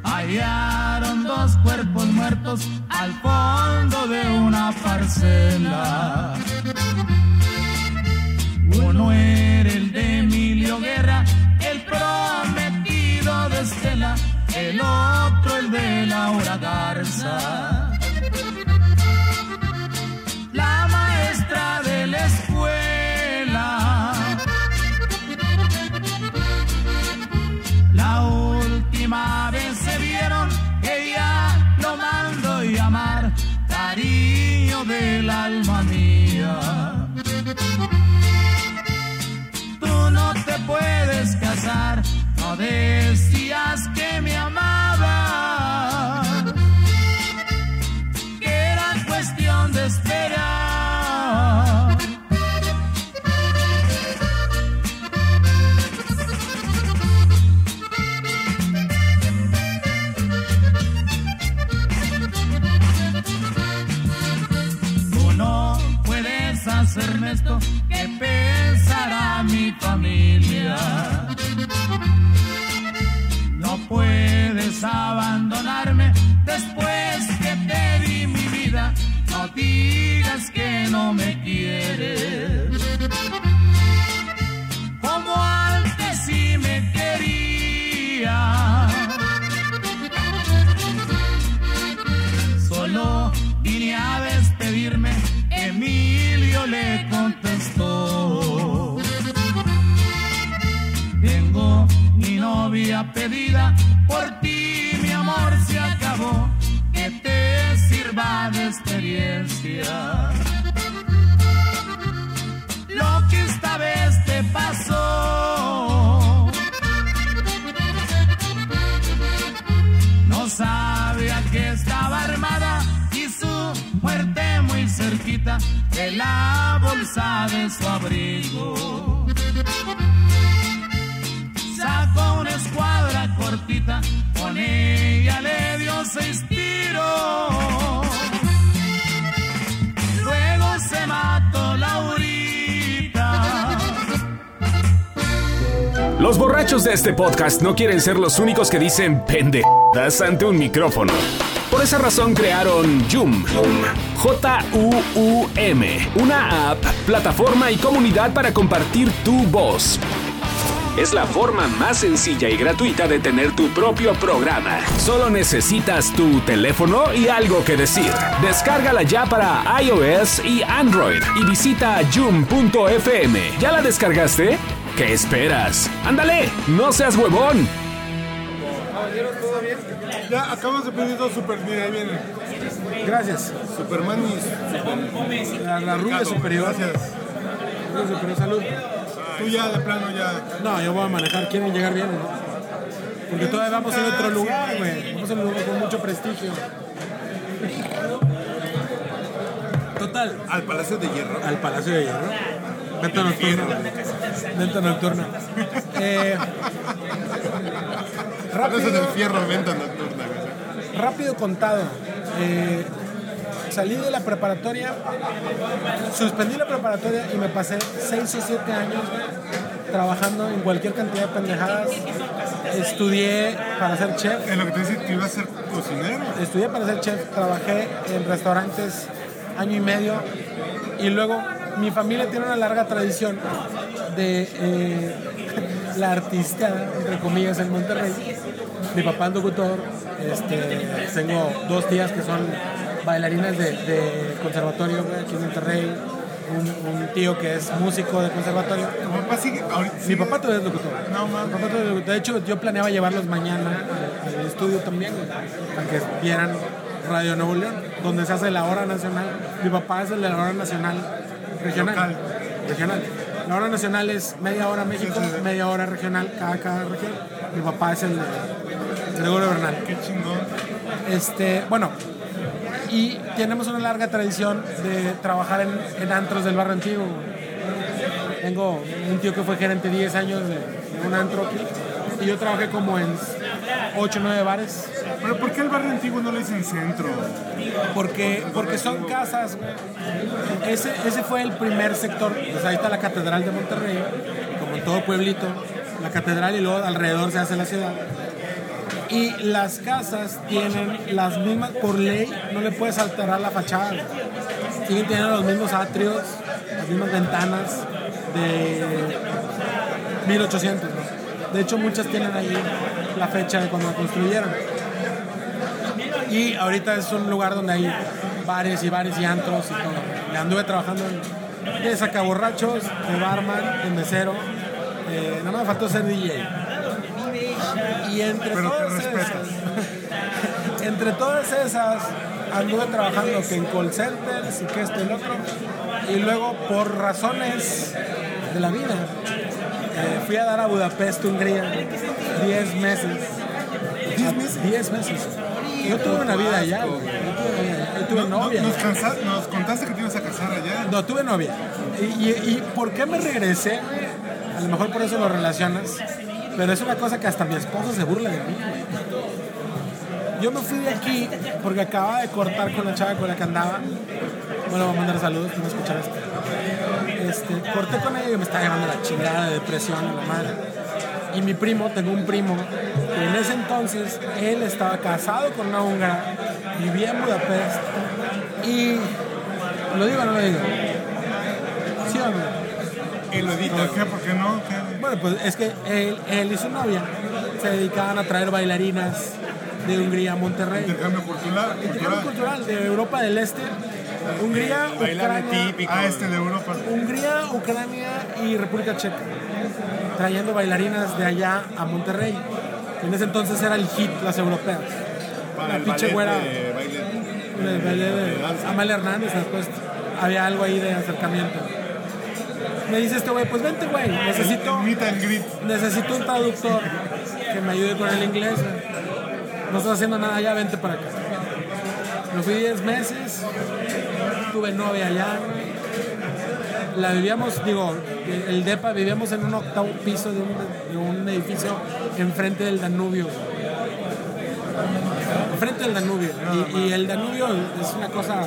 Speaker 12: Hallaron dos cuerpos muertos al fondo de una parcela. Uno era el de Emilio Guerra, el prometido de Estela, el otro el de Laura Garza. La maestra de la escuela La última vez se vieron, ella lo mandó llamar, cariño del alma mía. Tú no te puedes casar, no decías que me amabas, que era cuestión de esperar. Tú no puedes hacerme esto que pensará mi familia. No puedes abandonarme después que te di mi vida. No digas que no me quieres. Como antes sí me querías. Solo vine a despedirme, Emilio le contestó. Tengo mi novia pedida, por ti mi amor se acabó, que te sirva de experiencia. Lo que esta vez te pasó. No sabía que estaba armada y su muerte muy cerquita de la bolsa de su abrigo. Sacó una escuadra cortita, con ella le dio seis tiros. Luego se mató Laurita.
Speaker 1: Los borrachos de este podcast no quieren ser los únicos que dicen pendejadas ante un micrófono. Por esa razón crearon Joom, J-U-U-M, una app, plataforma y comunidad para compartir tu voz. Es la forma más sencilla y gratuita de tener tu propio programa. Solo necesitas tu teléfono y algo que decir. Descárgala ya para iOS y Android y visita joom.fm. ¿Ya la descargaste? ¿Qué esperas? ¡Ándale! ¡No seas huevón!
Speaker 7: Ya acabamos de pedir dos super. Mira, ahí vienen.
Speaker 6: Gracias.
Speaker 11: Superman y
Speaker 6: La, la rubia superior.
Speaker 7: Gracias.
Speaker 6: Rubia superior, salud.
Speaker 7: Tú ya, de plano, ya.
Speaker 6: No, yo voy a manejar, quieren llegar bien, ¿no? Porque todavía vamos en otro lugar, güey. Vamos en un lugar con mucho prestigio. Total,
Speaker 11: al Palacio de Hierro.
Speaker 6: al Palacio de Hierro. Venta nocturna. Venta nocturna. Eh,
Speaker 11: Palacio
Speaker 6: rápido,
Speaker 11: del Fierro, venta nocturna. güey.
Speaker 6: rápido contado. Eh, salí de la preparatoria, suspendí la preparatoria y me pasé 6 o 7 años güey, trabajando en cualquier cantidad de pendejadas. Estudié para ser chef.
Speaker 7: En lo que te decía, tú ibas a ser cocinero.
Speaker 6: Estudié para ser chef, trabajé en restaurantes año y medio y luego mi familia tiene una larga tradición de eh, la artista, entre comillas, en Monterrey. Mi papá es locutor, este, tengo dos tías que son bailarinas de, de conservatorio güey, aquí en Monterrey, un, un tío que es músico de conservatorio.
Speaker 7: Tu papá sigue. ahorita
Speaker 6: Mi
Speaker 7: sigue-
Speaker 6: papá todavía es locutor.
Speaker 7: No, mames.
Speaker 6: Mi papá todavía es locutor. De hecho, yo planeaba llevarlos mañana al, al estudio también, güey, para que vieran Radio Nuevo León, donde se hace la hora nacional. Mi papá es el de la hora nacional regional.
Speaker 7: Local.
Speaker 6: Regional. La hora nacional es media hora México,
Speaker 7: Sí, sí, sí.
Speaker 6: media hora regional, cada, cada región. Mi papá es el de Gregorio Bernal.
Speaker 7: Qué chingón.
Speaker 6: Este, bueno, y tenemos una larga tradición de trabajar en, en antros del barrio antiguo. Tengo un tío que fue gerente 10 años de, de un antro aquí, y yo trabajé como en 8 o 9 bares
Speaker 7: Pero ¿por qué el barrio antiguo no le dicen centro?
Speaker 6: porque, porque son casas. güey. Ese, ese fue el primer sector. Pues ahí está la Catedral de Monterrey, como en todo pueblito, la catedral y luego alrededor se hace la ciudad. Y las casas tienen las mismas, por ley, no le puedes alterar la fachada. güey. Siguen teniendo los mismos atrios, las mismas ventanas de 1800. ¿no? De hecho, muchas tienen ahí la fecha de cuando la construyeron. Y ahorita es un lugar donde hay bares y bares y antros y todo. Y anduve trabajando en- de sacaborrachos, de barman, de mesero. Eh, nada más me faltó ser DJ. Y entre
Speaker 7: Pero te
Speaker 6: todas
Speaker 7: respetas.
Speaker 6: esas- entre todas esas, anduve trabajando que en call centers y que esto y el otro. Y luego, por razones de la vida, eh, fui a dar a Budapest, Hungría, 10 meses. 10 meses. 10 meses. Yo tuve una vida allá. güey. Yo tuve, una vida allá. Yo tuve novia.
Speaker 7: Nos, cansa- nos contaste que te ibas a casar allá.
Speaker 6: No, tuve novia. Y, y- y por qué me regresé? A lo mejor por eso lo relacionas. Pero es una cosa que hasta mi esposo se burla de mí. güey. Yo me fui de aquí porque acababa de cortar con la chava con la que andaba. Bueno, voy a mandar saludos, no escuchar esto. Este, corté con ella y me estaba llevando la chingada de depresión, la madre. Y mi primo, tengo un primo, que en ese entonces él estaba casado con una húngara, vivía en Budapest y. ¿Lo digo o no lo digo? ¿Sí o no?
Speaker 7: ¿Por qué? ¿Por qué no? ¿Qué?
Speaker 6: Bueno, pues es que él, él y su novia se dedicaban a traer bailarinas de Hungría a Monterrey.
Speaker 7: Intercambio cultural.
Speaker 6: Intercambio
Speaker 7: cultural.
Speaker 6: cultural de Europa del Este, Hungría, Ucrania,
Speaker 7: Ah, este de Europa.
Speaker 6: Hungría, Ucrania y República Checa, trayendo bailarinas de allá a Monterrey. En ese entonces era el hit, las europeas.
Speaker 9: Para
Speaker 6: La
Speaker 9: el
Speaker 6: pinche
Speaker 9: ballet
Speaker 6: güera,
Speaker 9: de baile.
Speaker 6: el baile de Amalia Hernández, después había algo ahí de acercamiento. Me dice este güey, pues vente güey, necesito...
Speaker 7: El Meet and greet.
Speaker 6: Necesito un traductor que me ayude con el inglés. güey. No estás haciendo nada allá, vente para acá. Me fui 10 meses, tuve novia allá. güey. La vivíamos, digo, el DEPA vivíamos en un octavo piso de un, de un edificio enfrente del Danubio. güey. Enfrente del Danubio. Y, y el Danubio es una cosa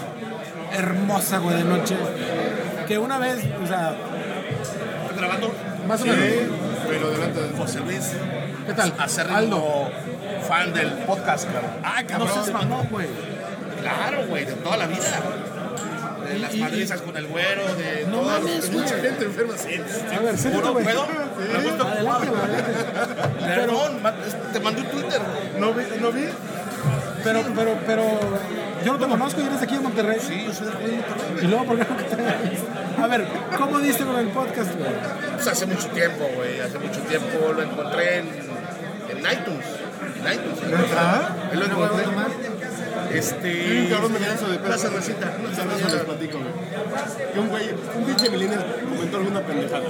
Speaker 6: hermosa, güey, de noche. Que una vez, o sea,
Speaker 9: Grabando.
Speaker 6: más o
Speaker 9: Sí,
Speaker 6: menos.
Speaker 9: pero delante de José Luis.
Speaker 6: ¿Qué tal?
Speaker 9: Acérrimo
Speaker 6: Aldo.
Speaker 9: fan del podcast, cabrón. Ah,
Speaker 6: No
Speaker 9: cabrón.
Speaker 6: seas mamón, güey.
Speaker 9: Claro, güey, de toda la vida. De las
Speaker 6: Y- y-
Speaker 9: madrizas con el güero, de
Speaker 6: No
Speaker 9: todas-
Speaker 6: mames, güey.
Speaker 9: mucha gente enferma, sí. sí.
Speaker 6: A ver, siéntate,
Speaker 9: ¿Puro
Speaker 6: güey.
Speaker 9: pedo?
Speaker 6: Sí.
Speaker 9: Me gusta
Speaker 6: Adelante,
Speaker 9: ocupado.
Speaker 6: güey, adelante.
Speaker 9: Perdón, ma- te mandé un Twitter.
Speaker 7: ¿No vi? ¿No vi?
Speaker 6: Pero, pero, pero, yo no te conozco y eres de aquí de Monterrey. Sí, yo soy de Monterrey. Y luego, ¿por qué no te A ver, ¿cómo diste con el podcast, güey?
Speaker 9: Pues hace mucho tiempo, güey. Hace mucho tiempo lo encontré en, en iTunes. En iTunes.
Speaker 7: ¿Ah?
Speaker 9: Ahí lo encontré. Este.
Speaker 7: Sí, cabrón, me canso de pedo.
Speaker 9: Plaza Rosita.
Speaker 7: Ya no se los platico, güey. Que un güey, un pinche millennial comentó alguna pendejada.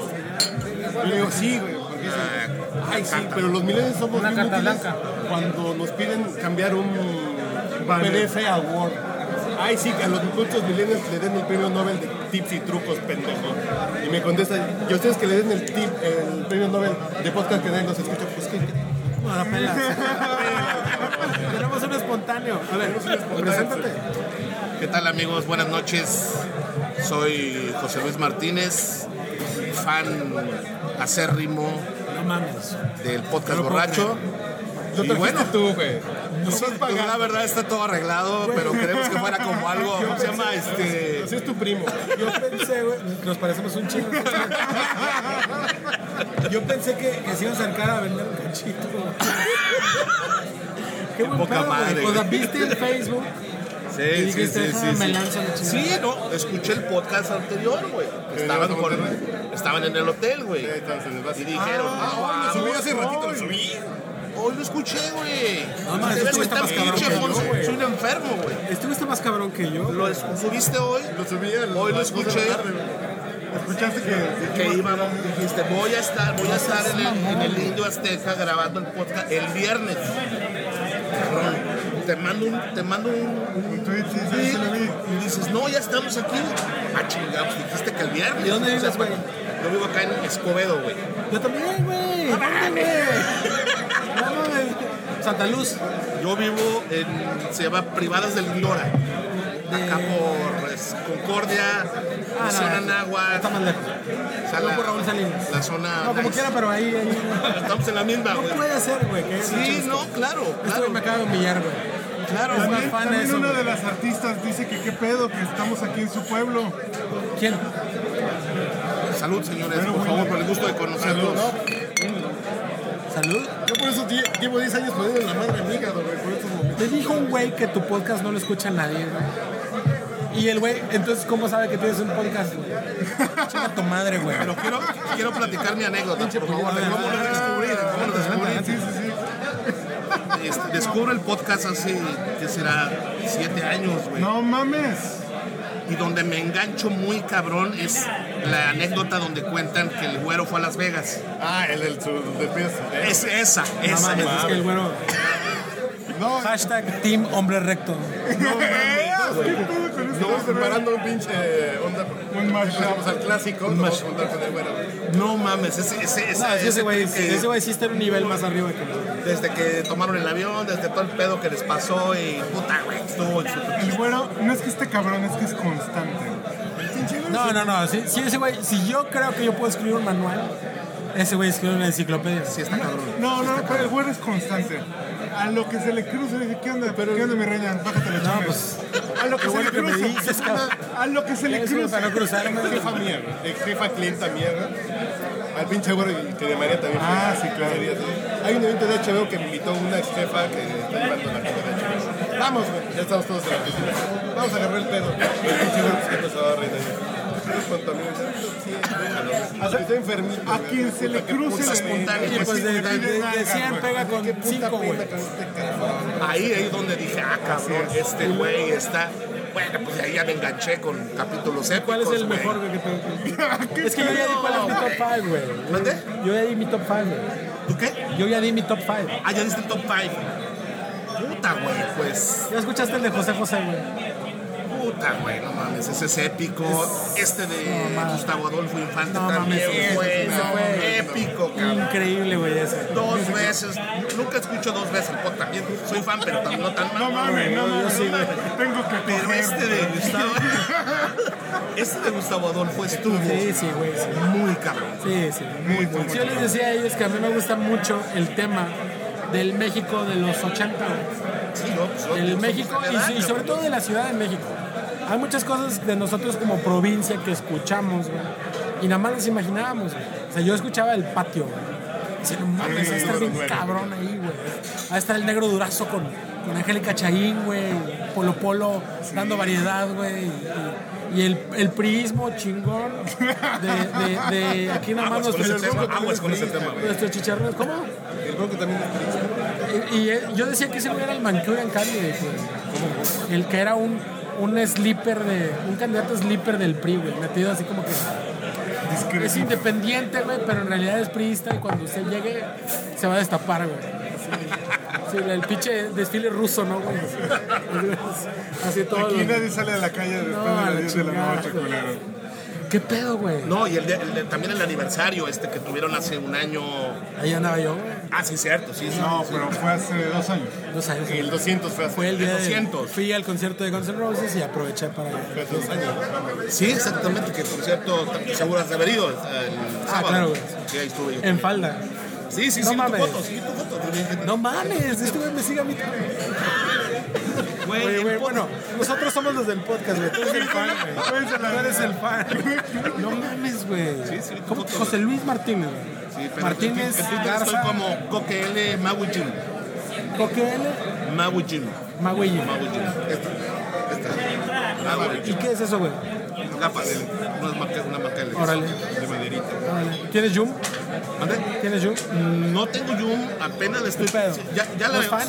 Speaker 7: Yo le digo, sí, güey. porque dicen,
Speaker 9: Ah,
Speaker 7: Ay, sí, pero los millennials somos
Speaker 6: Una
Speaker 7: muy
Speaker 6: carta
Speaker 7: útiles
Speaker 6: blanca.
Speaker 7: cuando nos piden cambiar un PDF a Word. Ay, sí, que a los muchos millennials le den el premio Nobel de tips y trucos, pendejo. Y me contesta, y ustedes que le den el, tip, el premio Nobel de podcast que nadie nos escucha, pues qué.
Speaker 6: No, la pelas. Tenemos un espontáneo. A ver, preséntate.
Speaker 12: ¿Qué tal amigos? Buenas noches. Soy José Luis Martínez, fan acérrimo del podcast borracho.
Speaker 7: Lo
Speaker 12: Y
Speaker 7: trajiste
Speaker 12: bueno,
Speaker 7: tú, güey.
Speaker 12: No sí, pues, la verdad está todo arreglado, pero queremos que fuera como algo. ¿Cómo se llama? Este.
Speaker 9: es tu primo.
Speaker 6: Yo pensé, güey, nos parecemos un chingo. Yo pensé que, que se iba a acercar a vender un cachito. Qué buen
Speaker 12: poca
Speaker 6: pedo, güey.
Speaker 12: madre,
Speaker 6: O sea,
Speaker 12: güey.
Speaker 6: viste en Facebook. y
Speaker 12: Sí, sí,
Speaker 6: dijiste,
Speaker 12: sí, sí,
Speaker 6: "Ah, me
Speaker 12: sí.
Speaker 6: lanzo a la chingada".
Speaker 12: Sí, no, escuché el podcast anterior, güey. Estaban, con- estaban en el hotel, güey. Y dijeron,
Speaker 9: Ah, hoy
Speaker 12: ah,
Speaker 9: lo subí hace
Speaker 12: vamos,
Speaker 9: ratito, lo
Speaker 12: hoy.
Speaker 9: subí.
Speaker 12: Hoy lo escuché, güey.
Speaker 6: No, man,
Speaker 12: Debes
Speaker 6: esto está
Speaker 12: estar
Speaker 6: más cabrón
Speaker 12: pinche,
Speaker 6: que yo,
Speaker 12: Fonso.
Speaker 6: güey.
Speaker 12: Soy un enfermo, güey.
Speaker 6: Este güey está más cabrón que yo.
Speaker 12: Lo es- subiste hoy,
Speaker 9: Lo subí a las
Speaker 12: hoy lo
Speaker 9: dos de la
Speaker 12: escuché.
Speaker 9: tarde, güey. Escuchaste que,
Speaker 12: Que iba, dijiste, voy a estar, voy a estar en el, en el Indio Azteca grabando el podcast el viernes. Cabrón, Te mando un, te mando un,
Speaker 9: Un tweet, sí, sí, sí, lo vi.
Speaker 12: y dices, no, ya estamos aquí. Ah, chingados, dijiste que el viernes.
Speaker 6: ¿Y dónde
Speaker 12: O sea,
Speaker 6: vives, güey?
Speaker 12: Yo vivo acá en Escobedo, güey.
Speaker 6: Yo también, güey. ¿Dónde, güey? No mames. Santa Luz.
Speaker 12: Yo vivo en, se llama Privadas del Lindora. Acá por es, Concordia,
Speaker 6: Ah,
Speaker 12: zona
Speaker 6: no,
Speaker 12: Nahua,
Speaker 6: Está más lejos.
Speaker 12: o sea,
Speaker 6: no por Raúl Salinas.
Speaker 12: la zona.
Speaker 6: No, como
Speaker 12: nice.
Speaker 6: quiera, pero ahí. ahí
Speaker 12: Estamos en la misma,
Speaker 6: no
Speaker 12: güey.
Speaker 6: puede ser, güey. que haya
Speaker 12: Sí,
Speaker 6: dicho
Speaker 12: no, claro,
Speaker 6: Este güey me
Speaker 12: claro,
Speaker 6: acaba de humillar, güey.
Speaker 12: claro,
Speaker 6: Es
Speaker 12: güey.
Speaker 6: más fan
Speaker 7: También
Speaker 6: eso,
Speaker 7: una
Speaker 6: güey.
Speaker 7: de las artistas dice que qué pedo, que estamos aquí en su pueblo.
Speaker 6: ¿Quién?
Speaker 12: Salud, señores, por favor, por el gusto de conocerlos.
Speaker 6: ¿Salud?
Speaker 9: yo por eso tie- llevo 10 años poniendo la madre amiga, güey, por estos momentos.
Speaker 6: Te dijo un güey que tu podcast no lo escucha nadie, güey. Y el güey, entonces, ¿cómo sabe que tienes un podcast? güey? Chica tu madre, güey.
Speaker 12: Pero quiero, quiero platicar mi anécdota, por favor, de cómo lo descubrí, de cómo lo descubrí.
Speaker 7: Sí, sí, sí.
Speaker 12: Este, descubro el podcast hace, ¿qué será? Siete años, güey.
Speaker 7: No mames.
Speaker 12: Y donde me engancho muy cabrón es la anécdota donde cuentan que el güero fue a Las Vegas.
Speaker 9: Ah, el del sur de peso.
Speaker 12: Es esa,
Speaker 6: No
Speaker 12: esa.
Speaker 6: mames, es que el güero.
Speaker 9: No,
Speaker 6: Hashtag Team Hombre Recto.
Speaker 7: este
Speaker 9: estamos preparando un pinche eh, onda.
Speaker 7: Un mashup.
Speaker 9: Vamos al clásico, lo vamos a juntar con el güero.
Speaker 12: No mames, ese, ese,
Speaker 6: No,
Speaker 12: esa-
Speaker 6: es que ese güey
Speaker 12: que-
Speaker 6: ese güey sí está en un nivel más arriba que nosotros.
Speaker 12: desde que tomaron el avión, desde todo el pedo que les pasó y puta, güey, estuvo en su-
Speaker 7: El güero, no es que este cabrón, es que es constante.
Speaker 6: No, no, no. Si, si ese güey, si yo creo que yo puedo escribir un manual, ese güey escribe una enciclopedia.
Speaker 12: Sí, está cabrón.
Speaker 7: No, no, pero el güero es constante. A lo que se le cruza, le dice, ¿qué onda? ¿Qué onda, mi reina? Bájate la
Speaker 6: No,
Speaker 7: chinga.
Speaker 6: pues.
Speaker 7: A lo que
Speaker 6: Qué
Speaker 7: se
Speaker 6: bueno
Speaker 7: le
Speaker 6: que me
Speaker 7: cruza.
Speaker 6: dices, cabrón.
Speaker 7: A lo que se le
Speaker 6: Es, güey,
Speaker 7: cruza.
Speaker 6: para no cruzarme.
Speaker 9: Jefa mierda, ex jefa clienta mierda. Al pinche güero y que de María también. fue.
Speaker 7: Ah, sí, claro.
Speaker 9: Sería así. Hay un evento de HBO que me invitó una ex jefa que está llevando la gente de HBO. Vamos, güey, ya estamos todos en la oficina. Vamos a agarrar el pedo. El pinche güero se empezó a reír. ahí. Es contaminante. Sí, déjalo. Hasta que está enfermito.
Speaker 7: A quien se le cruce
Speaker 12: putas
Speaker 7: le-
Speaker 12: espontáneas.
Speaker 7: le-
Speaker 6: Pues
Speaker 7: le
Speaker 6: de, de,
Speaker 7: pide
Speaker 6: de-
Speaker 7: nalga,
Speaker 6: de 100
Speaker 7: güey.
Speaker 6: pega con
Speaker 9: Qué puta
Speaker 6: 5, güey.
Speaker 9: pena con este cabrón.
Speaker 12: Ahí es donde dije, ah, cabrón, este güey está. Bueno, pues de ahí ya me enganché con capítulos épicos.
Speaker 6: ¿Cuál es el
Speaker 12: güey.
Speaker 6: mejor, güey? que te- Es que yo ya di cuál es mi top 5, güey.
Speaker 12: ¿Mande?
Speaker 6: Yo ya di mi top 5, güey.
Speaker 12: ¿Tú qué?
Speaker 6: Yo ya di mi top 5.
Speaker 12: Ah, ya diste el top 5. Puta, güey, pues.
Speaker 6: ¿Ya escuchaste el de José José, güey?
Speaker 12: Puta, güey, no mames, ese es épico. Este de Gustavo Adolfo Infante
Speaker 6: No
Speaker 12: también,
Speaker 6: mames, ese,
Speaker 12: güey.
Speaker 6: ese, güey.
Speaker 12: Épico, cabrón.
Speaker 6: Increíble, güey, ese.
Speaker 12: Dos veces, nunca escucho dos veces el podcast. También soy fan, pero tam- no tan
Speaker 7: No mames, no mames.
Speaker 6: sí, güey.
Speaker 7: Tengo que
Speaker 12: Pero
Speaker 7: correr.
Speaker 12: este de Gustavo. este de Gustavo Adolfo estuvo
Speaker 6: Sí, sí, güey, sí.
Speaker 12: muy cabrón.
Speaker 6: Sí, sí.
Speaker 7: Muy, muy,
Speaker 6: Yo les decía a ellos que a mí me gusta mucho el tema del México de los 80, güey.
Speaker 12: Sí, no, pues,
Speaker 6: del
Speaker 12: somos
Speaker 6: México
Speaker 12: de
Speaker 6: y,
Speaker 12: edad,
Speaker 6: y sobre
Speaker 12: cabrón.
Speaker 6: todo de la Ciudad de México. Hay muchas cosas de nosotros como provincia que escuchamos, güey. Y nada más las imaginábamos, güey. O sea, yo escuchaba el patio, güey. Decía, no mames, va a estar bien cabrón ahí, güey. Va a estar el negro durazo con, con Angélica Chaín, güey. Polo Polo dando variedad, güey. Y, y- y el, el prismo chingón de, de- de aquí nada más
Speaker 12: Aguas con ese
Speaker 6: nuestros,
Speaker 12: tema, aguas con ese tema, güey.
Speaker 6: nuestros chicharrones. ¿Cómo?
Speaker 9: El bronco también es triste.
Speaker 6: Y, y, eh, yo decía que ese güey era el Manchurian Candidate, güey. El que era un, un sleeper de. un candidato sleeper del PRI, güey. Metido así como que. Es independiente, güey, pero en realidad es priista y cuando usted llegue se va a destapar, güey. Así, sí, el pinche desfile ruso, ¿no, güey? Así todo.
Speaker 7: Aquí nadie sale de la calle después
Speaker 6: No,
Speaker 7: de
Speaker 6: a la
Speaker 7: las 10 de la
Speaker 6: chingada,
Speaker 7: noche,
Speaker 6: güey.
Speaker 7: culero.
Speaker 6: ¿Qué pedo, güey?
Speaker 12: No, y el de- el de- también el aniversario este que tuvieron hace un año.
Speaker 6: Ahí andaba yo.
Speaker 12: Ah, sí, cierto, sí. sí,
Speaker 7: No,
Speaker 12: sí.
Speaker 7: pero fue hace dos años.
Speaker 6: Dos años.
Speaker 12: El 200 fue hace
Speaker 6: Fue el día de-
Speaker 12: 200.
Speaker 6: Fui al concierto de Guns N' Roses y aproveché para.
Speaker 12: Fue hace dos años. Sí, exactamente, que por cierto, seguro has de haber ido el sábado.
Speaker 6: Ah, claro, güey.
Speaker 12: Sí, ahí estuve yo.
Speaker 6: En falda.
Speaker 12: Sí, sí,
Speaker 6: No
Speaker 12: sí, vi tu
Speaker 6: mames.
Speaker 12: foto, sí, vi tu foto. muy bien.
Speaker 6: No mames, este güey me sigue a mí. Oye, güey, bueno, nosotros somos los del podcast, güey. Tú eres el fan, güey. Tú eres el fan. No mames, güey. ¿Cómo? José Luis Martínez, güey.
Speaker 12: Sí, pero
Speaker 6: Martínez,
Speaker 12: en Twitter estoy
Speaker 6: Garza,
Speaker 12: como Coque L. Maui Jim.
Speaker 6: Coquel,
Speaker 12: Maui Jim.
Speaker 6: Magüey.
Speaker 12: Maui Jim. Esta. Ah, Esta. Maui
Speaker 6: ¿Y
Speaker 12: Jim.
Speaker 6: qué es eso, güey?
Speaker 12: Gafas. Unas marcas, una marca de
Speaker 6: Órale.
Speaker 12: de maderita.
Speaker 6: Órale. ¿Tienes Zoom?
Speaker 12: ¿Ande?
Speaker 6: ¿Tienes Zoom?
Speaker 12: No tengo Zoom, apenas le estoy.
Speaker 6: ¿Qué pedo?
Speaker 12: Ya, ya la
Speaker 6: ¿No es
Speaker 12: veo.
Speaker 6: fan?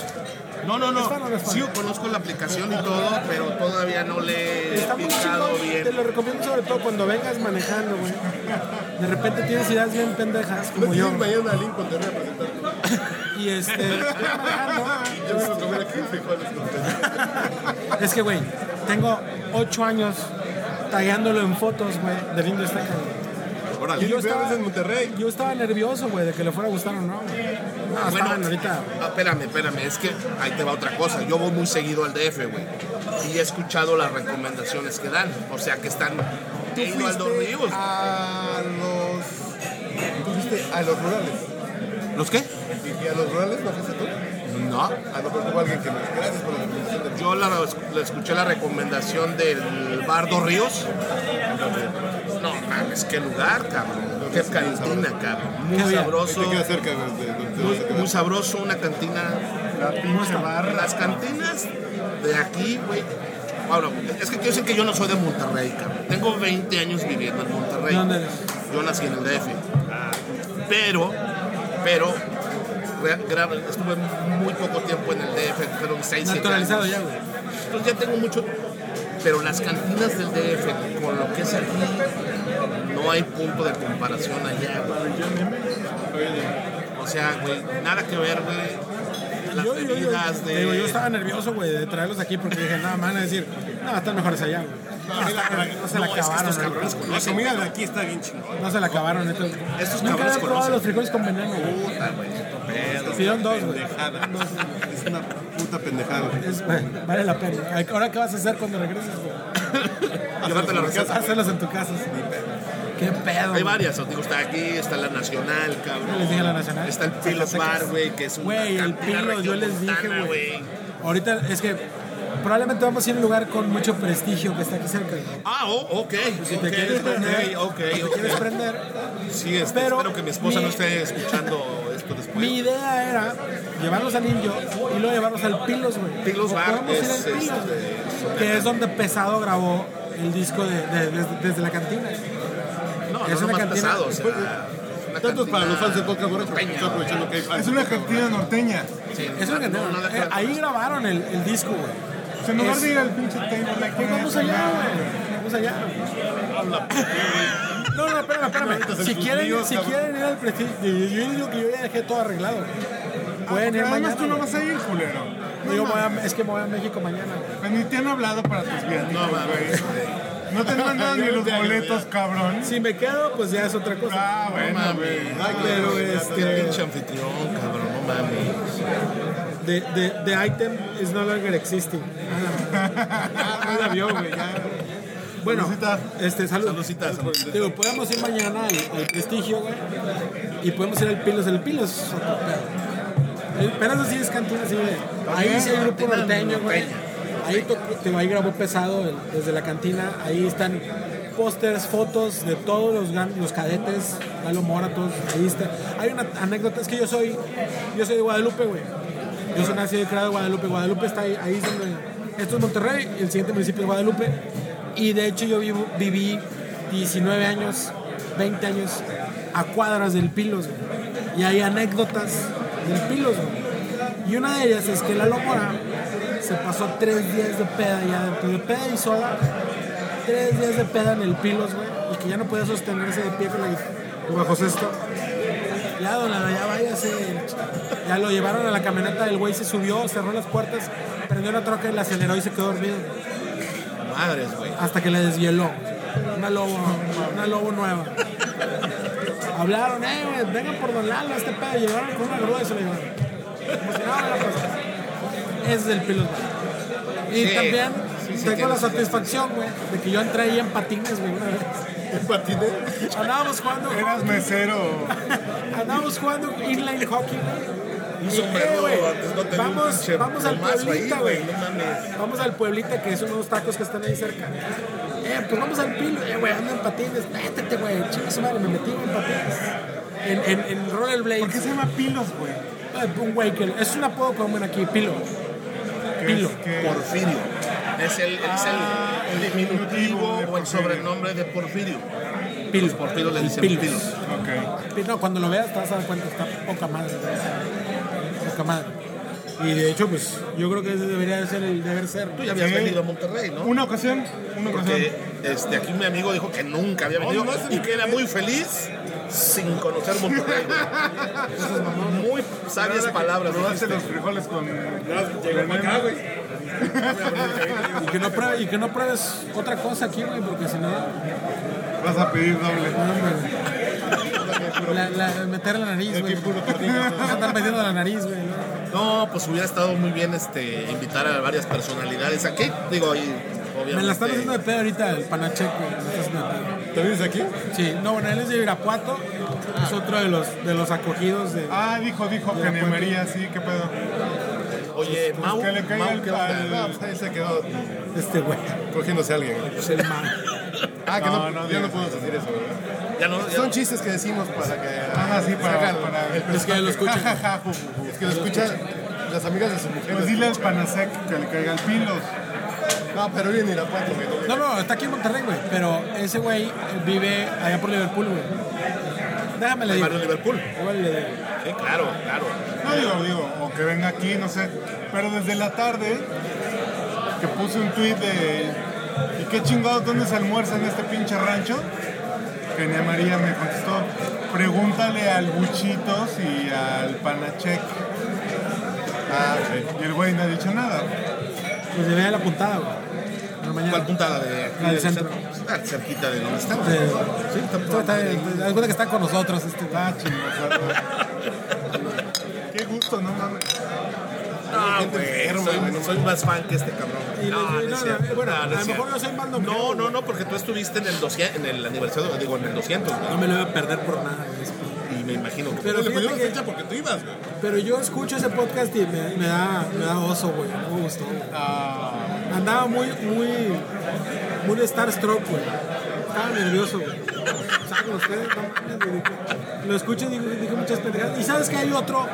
Speaker 12: No, no, no.
Speaker 6: ¿Es fan o no es fan?
Speaker 12: Sí, conozco la aplicación y todo, pero todavía no le he
Speaker 6: Está muy
Speaker 12: picado
Speaker 6: chingón,
Speaker 12: bien.
Speaker 6: te lo recomiendo sobre todo cuando vengas manejando, güey. De repente tienes ideas bien pendejas, como yo. güey.
Speaker 9: mañana a Lincoln te voy a presentar.
Speaker 6: Y este, estoy manejando.
Speaker 9: Yo vengo a comer aquí frijoles con queso.
Speaker 6: Es que, güey, tengo ocho años tagueándolo en fotos, güey, del lindo Estaca. güey.
Speaker 9: Órale,
Speaker 6: yo
Speaker 9: yo estaba
Speaker 6: estaba-
Speaker 9: en Monterrey.
Speaker 6: Yo estaba nervioso, güey, de que le fuera a gustar o no. güey. No, estaban ahorita.
Speaker 12: ah, espérame, espérame, es que ahí te va otra cosa. Yo voy muy seguido al DF, güey. Y he escuchado las recomendaciones que dan. O sea, que están.
Speaker 9: Tú
Speaker 12: he ido al Dos
Speaker 9: fuiste
Speaker 12: Ríos.
Speaker 9: a los... Tú fuiste a los rurales.
Speaker 12: ¿Los qué?
Speaker 9: ¿Y, y a los rurales no fuiste tú?
Speaker 12: No.
Speaker 9: A lo mejor hubo alguien que no. Gracias por la invitación. de-
Speaker 12: Yo la, la escuché la recomendación del Bar Dos Ríos. No mames, qué lugar, cabrón. Qué cantina, cabrón. Muy
Speaker 6: Qué bien.
Speaker 12: sabroso.
Speaker 9: Te queda cerca güey, de donde te vas a
Speaker 12: Muy,
Speaker 9: quedar.
Speaker 12: muy sabroso, una cantina.
Speaker 9: La pinche barra.
Speaker 12: Las cantinas de aquí, güey. Bueno, es que quiero decir que yo no soy de Monterrey, cabrón. Tengo 20 años viviendo en Monterrey.
Speaker 6: ¿Dónde eres?
Speaker 12: Yo nací en el DF. Pero, pero, re- gra- estuve muy poco tiempo en el DF, fueron 6, 7 años.
Speaker 6: Naturalizado ya, güey.
Speaker 12: Entonces Pues ya tengo mucho. Pero las cantinas del DF con lo que es aquí, no hay punto de comparación allá, güey. O sea, güey, nada que ver, güey. Las
Speaker 6: Yo, yo, yo,
Speaker 12: bebidas
Speaker 6: te
Speaker 12: de.
Speaker 6: digo, yo estaba nervioso, güey, de traerlos aquí porque dije, nada, me van a decir, no, están mejores allá, güey. No, no se la
Speaker 12: No, es que
Speaker 6: acabaron,
Speaker 12: estos cabrones
Speaker 6: güey.
Speaker 9: La
Speaker 12: conocen.
Speaker 9: comida de aquí está bien chingona.
Speaker 6: no se la acabaron. Entonces,
Speaker 12: Estos
Speaker 6: Nunca
Speaker 12: cabrones
Speaker 6: había probado
Speaker 12: conocen.
Speaker 6: los frijoles con veneno, güey.
Speaker 12: Puta, güey, pedo.
Speaker 6: Hicieron dos, güey.
Speaker 9: Pendejada. Es una puta pendejada.
Speaker 6: Es, güey, Vale la pena. Ahora, ¿qué vas a hacer cuando regreses, güey?
Speaker 12: Llévate la receta.
Speaker 6: Hacerlos en tu casa. sí. Qué pedo.
Speaker 12: Hay
Speaker 6: güey.
Speaker 12: varias, os digo, está aquí, está la Nacional, cabrón.
Speaker 6: Les dije la Nacional.
Speaker 12: Está el Pilos Bar, güey, que es un.
Speaker 6: Güey, el Pilos, yo les dije, güey. Ahorita es que probablemente vamos a ir a un lugar con mucho prestigio que está aquí cerca. güey.
Speaker 12: Ah, oh, ok.
Speaker 6: Si te
Speaker 12: ok,
Speaker 6: quieres prender,
Speaker 12: ok, ok,
Speaker 6: si te
Speaker 12: ok.
Speaker 6: quieres prender.
Speaker 12: Sí, este,
Speaker 6: Pero
Speaker 12: espero que mi esposa
Speaker 6: mi-
Speaker 12: no esté escuchando esto después.
Speaker 6: Mi idea era llevarlos al Indio y luego llevarlos al Pilos, güey.
Speaker 12: Pilos
Speaker 6: O
Speaker 12: Bar
Speaker 6: podemos ir al
Speaker 12: es,
Speaker 6: Pilos,
Speaker 12: este,
Speaker 6: güey, que es donde Pesado grabó el disco de, de- desde, desde la cantina.
Speaker 12: no,
Speaker 6: es
Speaker 12: no
Speaker 6: una
Speaker 12: más
Speaker 6: cantina-
Speaker 12: pesado, o sea, una
Speaker 9: Tantos para los fans de Boca Borracho que
Speaker 12: Peña,
Speaker 9: están aprovechando que hay fans.
Speaker 7: Es una cantina norteña.
Speaker 12: Sí,
Speaker 6: Es una
Speaker 12: no,
Speaker 6: cantina.
Speaker 12: no, no la-
Speaker 6: Eh, ahí grabaron el, el disco, güey.
Speaker 7: O sea, en lugar de ir al pinche Taylor, la
Speaker 6: Pues vamos allá, güey. Vamos allá. No, no, espérame, espérame. Si quieren, si quieren ir al prestigio, yo digo que yo ya dejé todo arreglado. güey. Pueden ir mañana.
Speaker 7: Además, tú no
Speaker 6: güey.
Speaker 7: vas a ir, culero. No
Speaker 6: Digo, voy
Speaker 7: mames,
Speaker 6: a- es que me voy a México mañana. güey.
Speaker 7: pues ni te han hablado para tus viáticos, güey. No te han mandado ni los boletos, cabrón.
Speaker 6: Si me quedo, pues ya es otra cosa.
Speaker 7: Ah, bueno, güey.
Speaker 9: Ay,
Speaker 6: Pero
Speaker 12: Qué
Speaker 6: este,
Speaker 12: pinche anfitrión, cabrón, no mames.
Speaker 6: the, the, the item is no longer existing. No la vio, güey. ya. Bueno, este, salud.
Speaker 12: Saluditas.
Speaker 6: Digo, podemos ir mañana al, al Prestigio, güey. Y podemos ir al Pilos. El Pilos es otro pedo. El Pedazo sí es cantina, sí, güey. Ahí sí hay grupo
Speaker 12: Cantina
Speaker 6: norteño, güey.
Speaker 12: norteña.
Speaker 6: Ahí, tocó- digo, ahí grabó pesado el- desde la cantina. Ahí están pósters, fotos de todos los, gran- los cadetes, Lalo Mora, todos. Ahí está. Hay una anécdota, es que yo soy, yo soy de Guadalupe, güey. Yo soy nacido y creado de Guadalupe. Guadalupe está ahí, ahí es donde. Esto es Monterrey, el siguiente municipio es Guadalupe. Y de hecho, yo vivo- viví 19 años, 20 años a cuadras del Pilos, güey. Y hay anécdotas del Pilos, güey. Y una de ellas es que Lalo Mora se pasó tres días de peda ya adentro, de peda y soda. Tres días de peda en el Pilos, güey. Y que ya no podía sostenerse de pie con la guitarra. Bajo esto. Ya, don Lalo, ya váyase. Ya lo llevaron a la camioneta, el güey se subió, cerró las puertas, prendió una troca y la aceleró y se quedó dormido.
Speaker 12: Madres, güey.
Speaker 6: Hasta que le deshieló. una lobo, una lobo nueva. Hablaron, eh, güey, vengan por Don Lalo, este pedo. Llegaron con una grúa y se lo llevaron. Emocionado, la cosa. Ese es el piloto. Y
Speaker 9: Sí.
Speaker 6: también
Speaker 9: Sí, sí,
Speaker 6: tengo
Speaker 9: tiene
Speaker 6: la
Speaker 9: sentido.
Speaker 6: satisfacción, güey, de que yo entré ahí en patines, güey, una vez. ¿En patines? Andábamos jugando. Eras mesero. Andábamos jugando inline hockey, güey.
Speaker 9: Un
Speaker 6: Y,
Speaker 9: sombrero,
Speaker 6: eh, güey,
Speaker 9: antes no tenía un
Speaker 6: vamos,
Speaker 9: pinche
Speaker 6: vamos al
Speaker 9: plomazo ahí,
Speaker 6: pueblita,
Speaker 9: güey,
Speaker 6: güey.
Speaker 9: no mames.
Speaker 6: Vamos al pueblita, que son unos tacos que están ahí cerca. Eh, pues vamos al pilo. Eh, güey, ando en patines. Métete, güey. Chinga su madre, me metí en patines. En, en, en rollerblades. ¿Por qué se llama pilos, güey? Un güey que... Es un apodo común aquí, pilo. Pilo.
Speaker 12: Porfirio. Es el, es el diminutivo o el sobrenombre de Porfirio.
Speaker 6: Pilos.
Speaker 12: Porfirio le dicen
Speaker 6: Pilos.
Speaker 12: Pilos.
Speaker 6: Y No, cuando lo veas te vas a dar cuenta, está poca madre. Poca madre. Y de hecho, pues, yo creo que ese debería de ser el deber ser.
Speaker 12: Tú ya habías venido a Monterrey, ¿no?
Speaker 6: Una ocasión, una
Speaker 12: Porque este, aquí mi amigo dijo que nunca había venido y que era muy feliz sin conocer Monterrey. güey. muy sabias palabras.
Speaker 7: Probaste
Speaker 12: dijiste.
Speaker 7: los frijoles con.
Speaker 12: llegó pa' acá, güey.
Speaker 6: Y que, no pruebes, y que no pruebes otra cosa aquí, güey, porque si no.
Speaker 7: Vas a pedir doble.
Speaker 6: La, la- meter la nariz, güey. Vas a estar metiendo la nariz, güey. ¿no?
Speaker 12: No, pues hubiera estado muy bien este, invitar a varias personalidades aquí. Digo, y obviamente.
Speaker 6: Me la están haciendo de pedo ahorita el panacheco. ¿Te vienes aquí? Sí, no, bueno, él es de Irapuato, es otro de los, de los acogidos de.
Speaker 7: Ah, dijo, dijo
Speaker 6: De
Speaker 7: que
Speaker 6: acuerdo.
Speaker 7: nevería, sí, qué pedo.
Speaker 12: Oye,
Speaker 7: Mau, que le caiga el al... No, pues ahí se quedó
Speaker 6: este güey.
Speaker 9: Cogiéndose a alguien.
Speaker 6: Pues el Mau.
Speaker 9: Ah, que no,
Speaker 7: No, no
Speaker 9: ya no
Speaker 7: digas
Speaker 9: puedo decir eso. ¿verdad?
Speaker 12: Ya no, ya
Speaker 9: Son
Speaker 12: no.
Speaker 9: chistes que decimos para que.
Speaker 7: Ah, sí, para-
Speaker 9: sacan
Speaker 7: para-
Speaker 9: el
Speaker 7: Es que
Speaker 9: personaje.
Speaker 7: lo escuchan.
Speaker 9: Ja, ja, ju, ju, ju. es que lo escuchan las amigas de su mujer.
Speaker 7: Pues dile al Panasec que le caiga el pilos.
Speaker 9: No, pero viene Irapuato, güey.
Speaker 6: No, no, está aquí en Monterrey, güey. Pero ese güey eh, vive allá por Liverpool, güey. Déjame le
Speaker 12: El
Speaker 6: digo.
Speaker 12: barrio Liverpool.
Speaker 6: Igual le digo.
Speaker 12: Sí, claro, claro.
Speaker 7: No digo, digo, o que venga aquí, no sé. Pero desde la tarde que puse un tuit de ¿y qué chingados dónde se almuerza en este pinche rancho? Que Nia María me contestó, pregúntale al Buchitos y al Panachek. Ah, ok. Y el güey no ha dicho nada.
Speaker 6: Pues le vea la puntada, güey. En la mañana.
Speaker 12: ¿Cuál puntada de aquí?
Speaker 6: La del
Speaker 12: del
Speaker 6: centro.
Speaker 12: Ah, cerquita de donde estamos.
Speaker 6: Sí, sí, está- está- está- Haz cuenta que está con nosotros este güey.
Speaker 7: Ah, chingados. qué gusto, no mames.
Speaker 12: Ah, güey, soy, soy más fan que este cabrón.
Speaker 6: Y le-
Speaker 12: No,
Speaker 6: y
Speaker 12: no
Speaker 6: no,
Speaker 12: es cierto.
Speaker 6: no, bueno,
Speaker 12: No, no
Speaker 6: a lo
Speaker 12: es cierto.
Speaker 6: mejor yo soy más longeo,
Speaker 12: No,
Speaker 6: güey.
Speaker 12: no, no, porque tú estuviste en el, 200, en el aniversario, digo, en el 200, güey.
Speaker 6: No me lo voy a perder por nada, güey.
Speaker 12: Y me imagino que...
Speaker 6: Pero
Speaker 9: le
Speaker 6: fíjate
Speaker 9: pusieron
Speaker 6: que-
Speaker 9: fecha porque tú ibas, güey.
Speaker 6: Pero yo escucho ese podcast y me, me da, me da oso, güey. No me gustó. güey.
Speaker 12: Ah,
Speaker 6: Andaba muy, muy, muy starstruck, güey. Estaba nervioso, güey. O sea, con ustedes, no mames, güey. Dije- Lo escucho y digo- dije, muchas pendejadas. Y sabes que hay otro.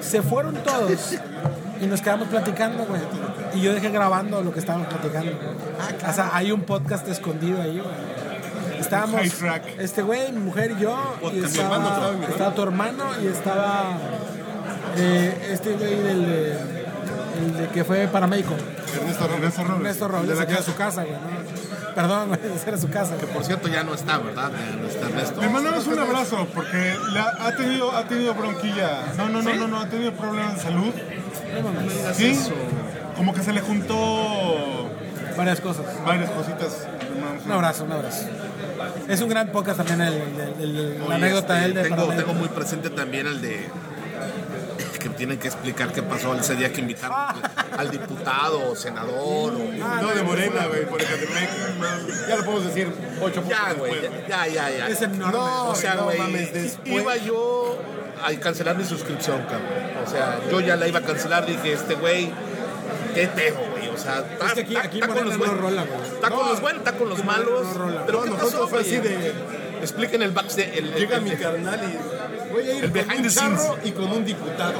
Speaker 6: Se fueron todos y nos quedamos platicando, güey. Y yo dejé grabando lo que estábamos platicando. O sea, hay un podcast escondido ahí, güey. Estábamos.
Speaker 7: High track.
Speaker 6: Este güey, mi mujer y yo.
Speaker 9: Podcast,
Speaker 6: y
Speaker 9: mi
Speaker 6: estaba-
Speaker 9: hermano, estaba mi hermano.
Speaker 6: estaba tu hermano y estaba. eh, este güey del de- el de que fue paramédico.
Speaker 9: Ernesto Robles.
Speaker 7: Ernesto Robles.
Speaker 6: Ernesto
Speaker 9: de
Speaker 6: Robles,
Speaker 9: la
Speaker 6: que era
Speaker 9: casa.
Speaker 6: su casa, güey. ¿no? Perdón, güey, esa era su casa. güey.
Speaker 12: Por cierto, ya no está, ¿verdad? Ya no está Ernesto.
Speaker 7: Le mandamos un abrazo porque la- ha tenido ha tenido bronquilla. No, no, no, no, no, ha tenido problemas de salud. Sí. Como que se le juntó
Speaker 6: Varias cosas.
Speaker 7: varias cositas. Le mandamos
Speaker 6: Un abrazo, un abrazo. Es un gran podcast también el, el- el- el- la
Speaker 12: Oye,
Speaker 6: anécdota
Speaker 12: este,
Speaker 6: de él de
Speaker 12: tengo,
Speaker 6: paramédico.
Speaker 12: tengo muy presente también el de que tienen que explicar qué pasó ese día que invitaron
Speaker 7: Ah.
Speaker 12: al- al diputado o senador o
Speaker 9: No, de Morena, güey, por Ecatepec. no, Ya lo podemos decir ocho
Speaker 12: ya
Speaker 9: puntos
Speaker 12: güey
Speaker 9: después, güey.
Speaker 12: ya ya ya
Speaker 6: Es enorme.
Speaker 12: no o sea
Speaker 9: no
Speaker 12: güey
Speaker 9: mames, después-
Speaker 12: iba yo a cancelar mi suscripción cabrón o sea yo ya la iba a cancelar dije este güey qué pedo güey o sea está,
Speaker 6: Es que aquí-
Speaker 12: está-
Speaker 6: aquí
Speaker 12: está con
Speaker 6: Morena
Speaker 12: los
Speaker 6: no
Speaker 12: buenos
Speaker 6: rola, güey.
Speaker 12: está con los buenos está con los malos pero
Speaker 9: No,
Speaker 12: qué
Speaker 9: nosotros
Speaker 12: pasó
Speaker 9: fue así
Speaker 12: güey?
Speaker 9: de-
Speaker 12: expliquen el backstage el-
Speaker 9: Llega
Speaker 12: el-
Speaker 9: mi
Speaker 12: el-
Speaker 9: carnal y. Voy a ir
Speaker 12: El
Speaker 9: con
Speaker 12: behind
Speaker 9: un
Speaker 12: the scenes.
Speaker 9: charro y con un diputado.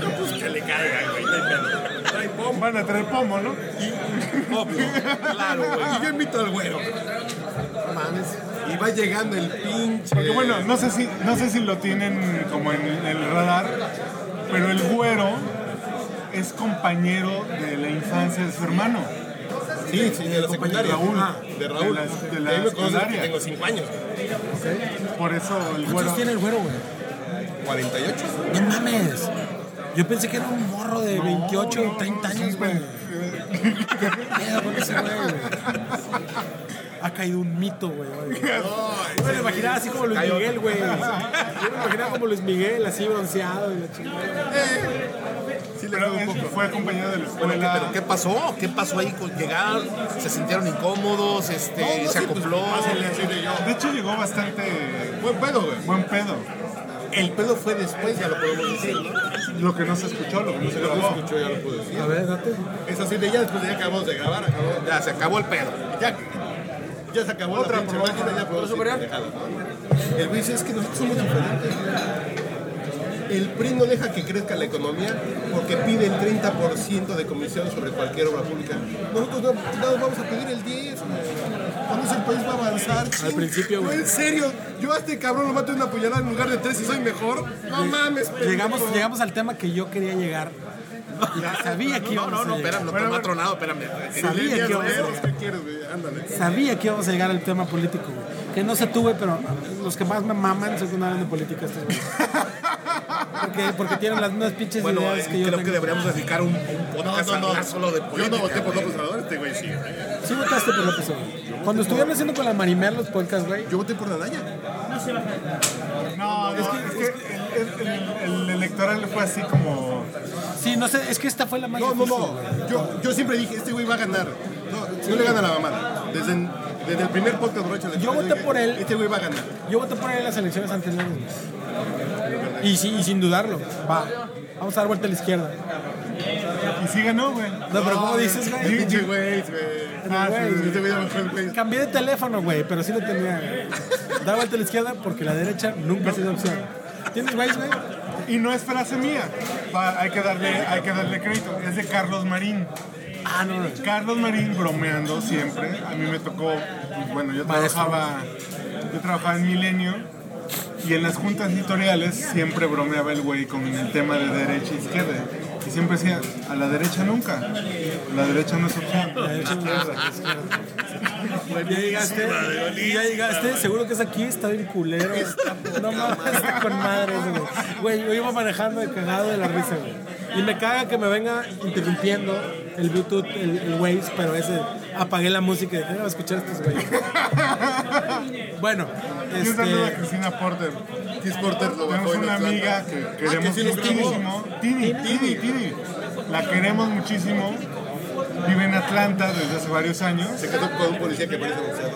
Speaker 9: No, pues que le caiga, güey. no hay pedo. Trae
Speaker 7: un- Van a traer pomo, ¿no?
Speaker 9: Y, obvio,
Speaker 12: Claro, güey.
Speaker 9: Y yo invito al güero. No mames. Y va llegando el pinche.
Speaker 7: Porque bueno, no sé si no sé si lo tienen como en el radar, pero el güero es compañero de la infancia de su hermano.
Speaker 9: Sí, sí, de la secundaria.
Speaker 7: Raúl.
Speaker 9: Ah, de Raúl.
Speaker 7: De la- de la
Speaker 9: Ahí me conoces que
Speaker 7: secundaria.
Speaker 9: tengo 5 años.
Speaker 7: Por eso el
Speaker 6: ¿Cuántos
Speaker 7: güero.
Speaker 6: tiene el güero, güey?
Speaker 9: 48.
Speaker 6: No mames. Yo pensé que era un morro de 28 o 30 años, güey. ¿Qué pedo con ese güey, güey? ha caído un mito, güey. güey. Yo me lo imaginaba así como Luis Miguel, güey. Yo me lo imaginaba como Luis Miguel, así bronceado y la chingada.
Speaker 7: Sí, pero fue acompañado de la escuela.
Speaker 5: Bueno, ¿qué- pero ¿qué pasó? ¿Qué pasó ahí con llegar? ¿Se sintieron incómodos? Este,
Speaker 12: pues,
Speaker 5: ¿Se acopló?
Speaker 7: De hecho, llegó bastante.
Speaker 12: Buen pedo, güey.
Speaker 7: Buen pedo.
Speaker 12: El pedo fue después, ya lo podemos decir, ¿no?
Speaker 7: Lo que no se escuchó, lo que no se
Speaker 12: Lo que
Speaker 7: grabó.
Speaker 12: escuchó, ya lo puedo decir.
Speaker 6: A ver, date.
Speaker 12: Es así de ya después de ya acabamos de grabar, acabó.
Speaker 5: Ya, se acabó el pedo.
Speaker 12: Ya, ya se acabó la pinche máquina, ya puedo decir pendejadas, ¿no? El vicio es que nosotros somos diferentes. El PRI no deja que crezca la economía porque pide el 30% de comisión sobre cualquier obra pública. Nosotros no, no vamos a pedir el 10. Vamos, el país va a avanzar. Al
Speaker 6: principio, güey.
Speaker 12: En serio, yo a este cabrón lo mato de una puñalada en lugar de tres y soy mejor. No mames, pendejo.
Speaker 6: Llegamos, llegamos al tema que yo quería llegar. Y sabía que
Speaker 5: No,
Speaker 6: íbamos
Speaker 5: no, no,
Speaker 6: a llegar.
Speaker 5: espérame, no te me ha tronado, espérame.
Speaker 6: Sabía que íbamos a
Speaker 12: Pero,
Speaker 6: llegar.
Speaker 12: ¿Qué quieres, güey? Ándale.
Speaker 6: Sabía que íbamos a llegar al tema político, güey. Que no sé tú, güey, pero los que más me maman son que no hablan de política estos güeyes. Porque, porque tienen las mismas pinches
Speaker 5: Bueno,
Speaker 6: ideas
Speaker 5: eh,
Speaker 6: que yo
Speaker 5: creo
Speaker 6: tengo.
Speaker 5: que deberíamos dedicar un, un
Speaker 12: No,
Speaker 5: podcast
Speaker 12: no, no.
Speaker 5: a hablar solo de
Speaker 12: Yo
Speaker 5: política.
Speaker 12: no voté por López Obrador, este güey sí.
Speaker 6: Sí votaste por López Obrador. Cuando estuvieron haciendo con la Marimer los podcasts, güey.
Speaker 12: Yo voté por Nadaya.
Speaker 7: No, es que, es que el, el- el- el electoral fue así como.
Speaker 6: Sí, no sé, es que esta fue la más
Speaker 12: No, no,
Speaker 6: difícil,
Speaker 12: no. Yo, yo siempre dije, este güey va a ganar. No, no le gana la mamada. Desde, desde el primer podcast borracho de
Speaker 6: Yo voté por él.
Speaker 12: Este güey va a ganar.
Speaker 6: Yo voté por él en las elecciones anteriores. güey. Y, sí, y sin dudarlo, va. Vamos a dar vuelta a la izquierda.
Speaker 7: Y sí ganó, güey.
Speaker 6: No, pero ¿cómo dices,
Speaker 12: Sí,
Speaker 6: güey?
Speaker 12: Pinche güey, güey.
Speaker 7: Ah, sí,
Speaker 6: güey.
Speaker 12: Este güey ya bajó el güey.
Speaker 6: Cambié de teléfono, güey, pero sí lo tenía. güey. Dar vuelta a la izquierda porque la derecha nunca ha sido opción. ¿Tienes Waze, güey?
Speaker 7: Y no es frase mía. Va, hay, que darle, hay que darle crédito. Es de Carlos Marín.
Speaker 6: Ah, no, güey.
Speaker 7: Carlos Marín bromeando siempre. A mí me tocó, pues, bueno, yo
Speaker 6: Maestro.
Speaker 7: trabajaba, yo trabajaba en Milenio y en las juntas editoriales siempre bromeaba el güey con el tema de derecha e izquierda. Y siempre decía, a la derecha nunca. La derecha no es opción. La derecha no es
Speaker 6: Ya llegaste, ya llegaste, seguro que es aquí, está bien culero. No mames, está con madre eso, güey. Güey, yo iba manejando de cagado de la risa, güey. Y me caga que me venga interrumpiendo el Bluetooth, el, el Waves, pero ese apagué la música y dije, "No, voy a escuchar estos güeyes. Bueno,
Speaker 7: Y un saludo a
Speaker 6: este.
Speaker 7: Cristina Porter.
Speaker 12: Chris Porter lo bajó
Speaker 7: Tenemos
Speaker 12: en
Speaker 7: una
Speaker 12: Atlanta.
Speaker 7: amiga que queremos
Speaker 12: sí lo grabó.
Speaker 7: muchísimo. Tini, Tini, Tini. La queremos muchísimo. Vive en Atlanta desde hace varios años.
Speaker 12: Se casó con un policía que parece boxeador.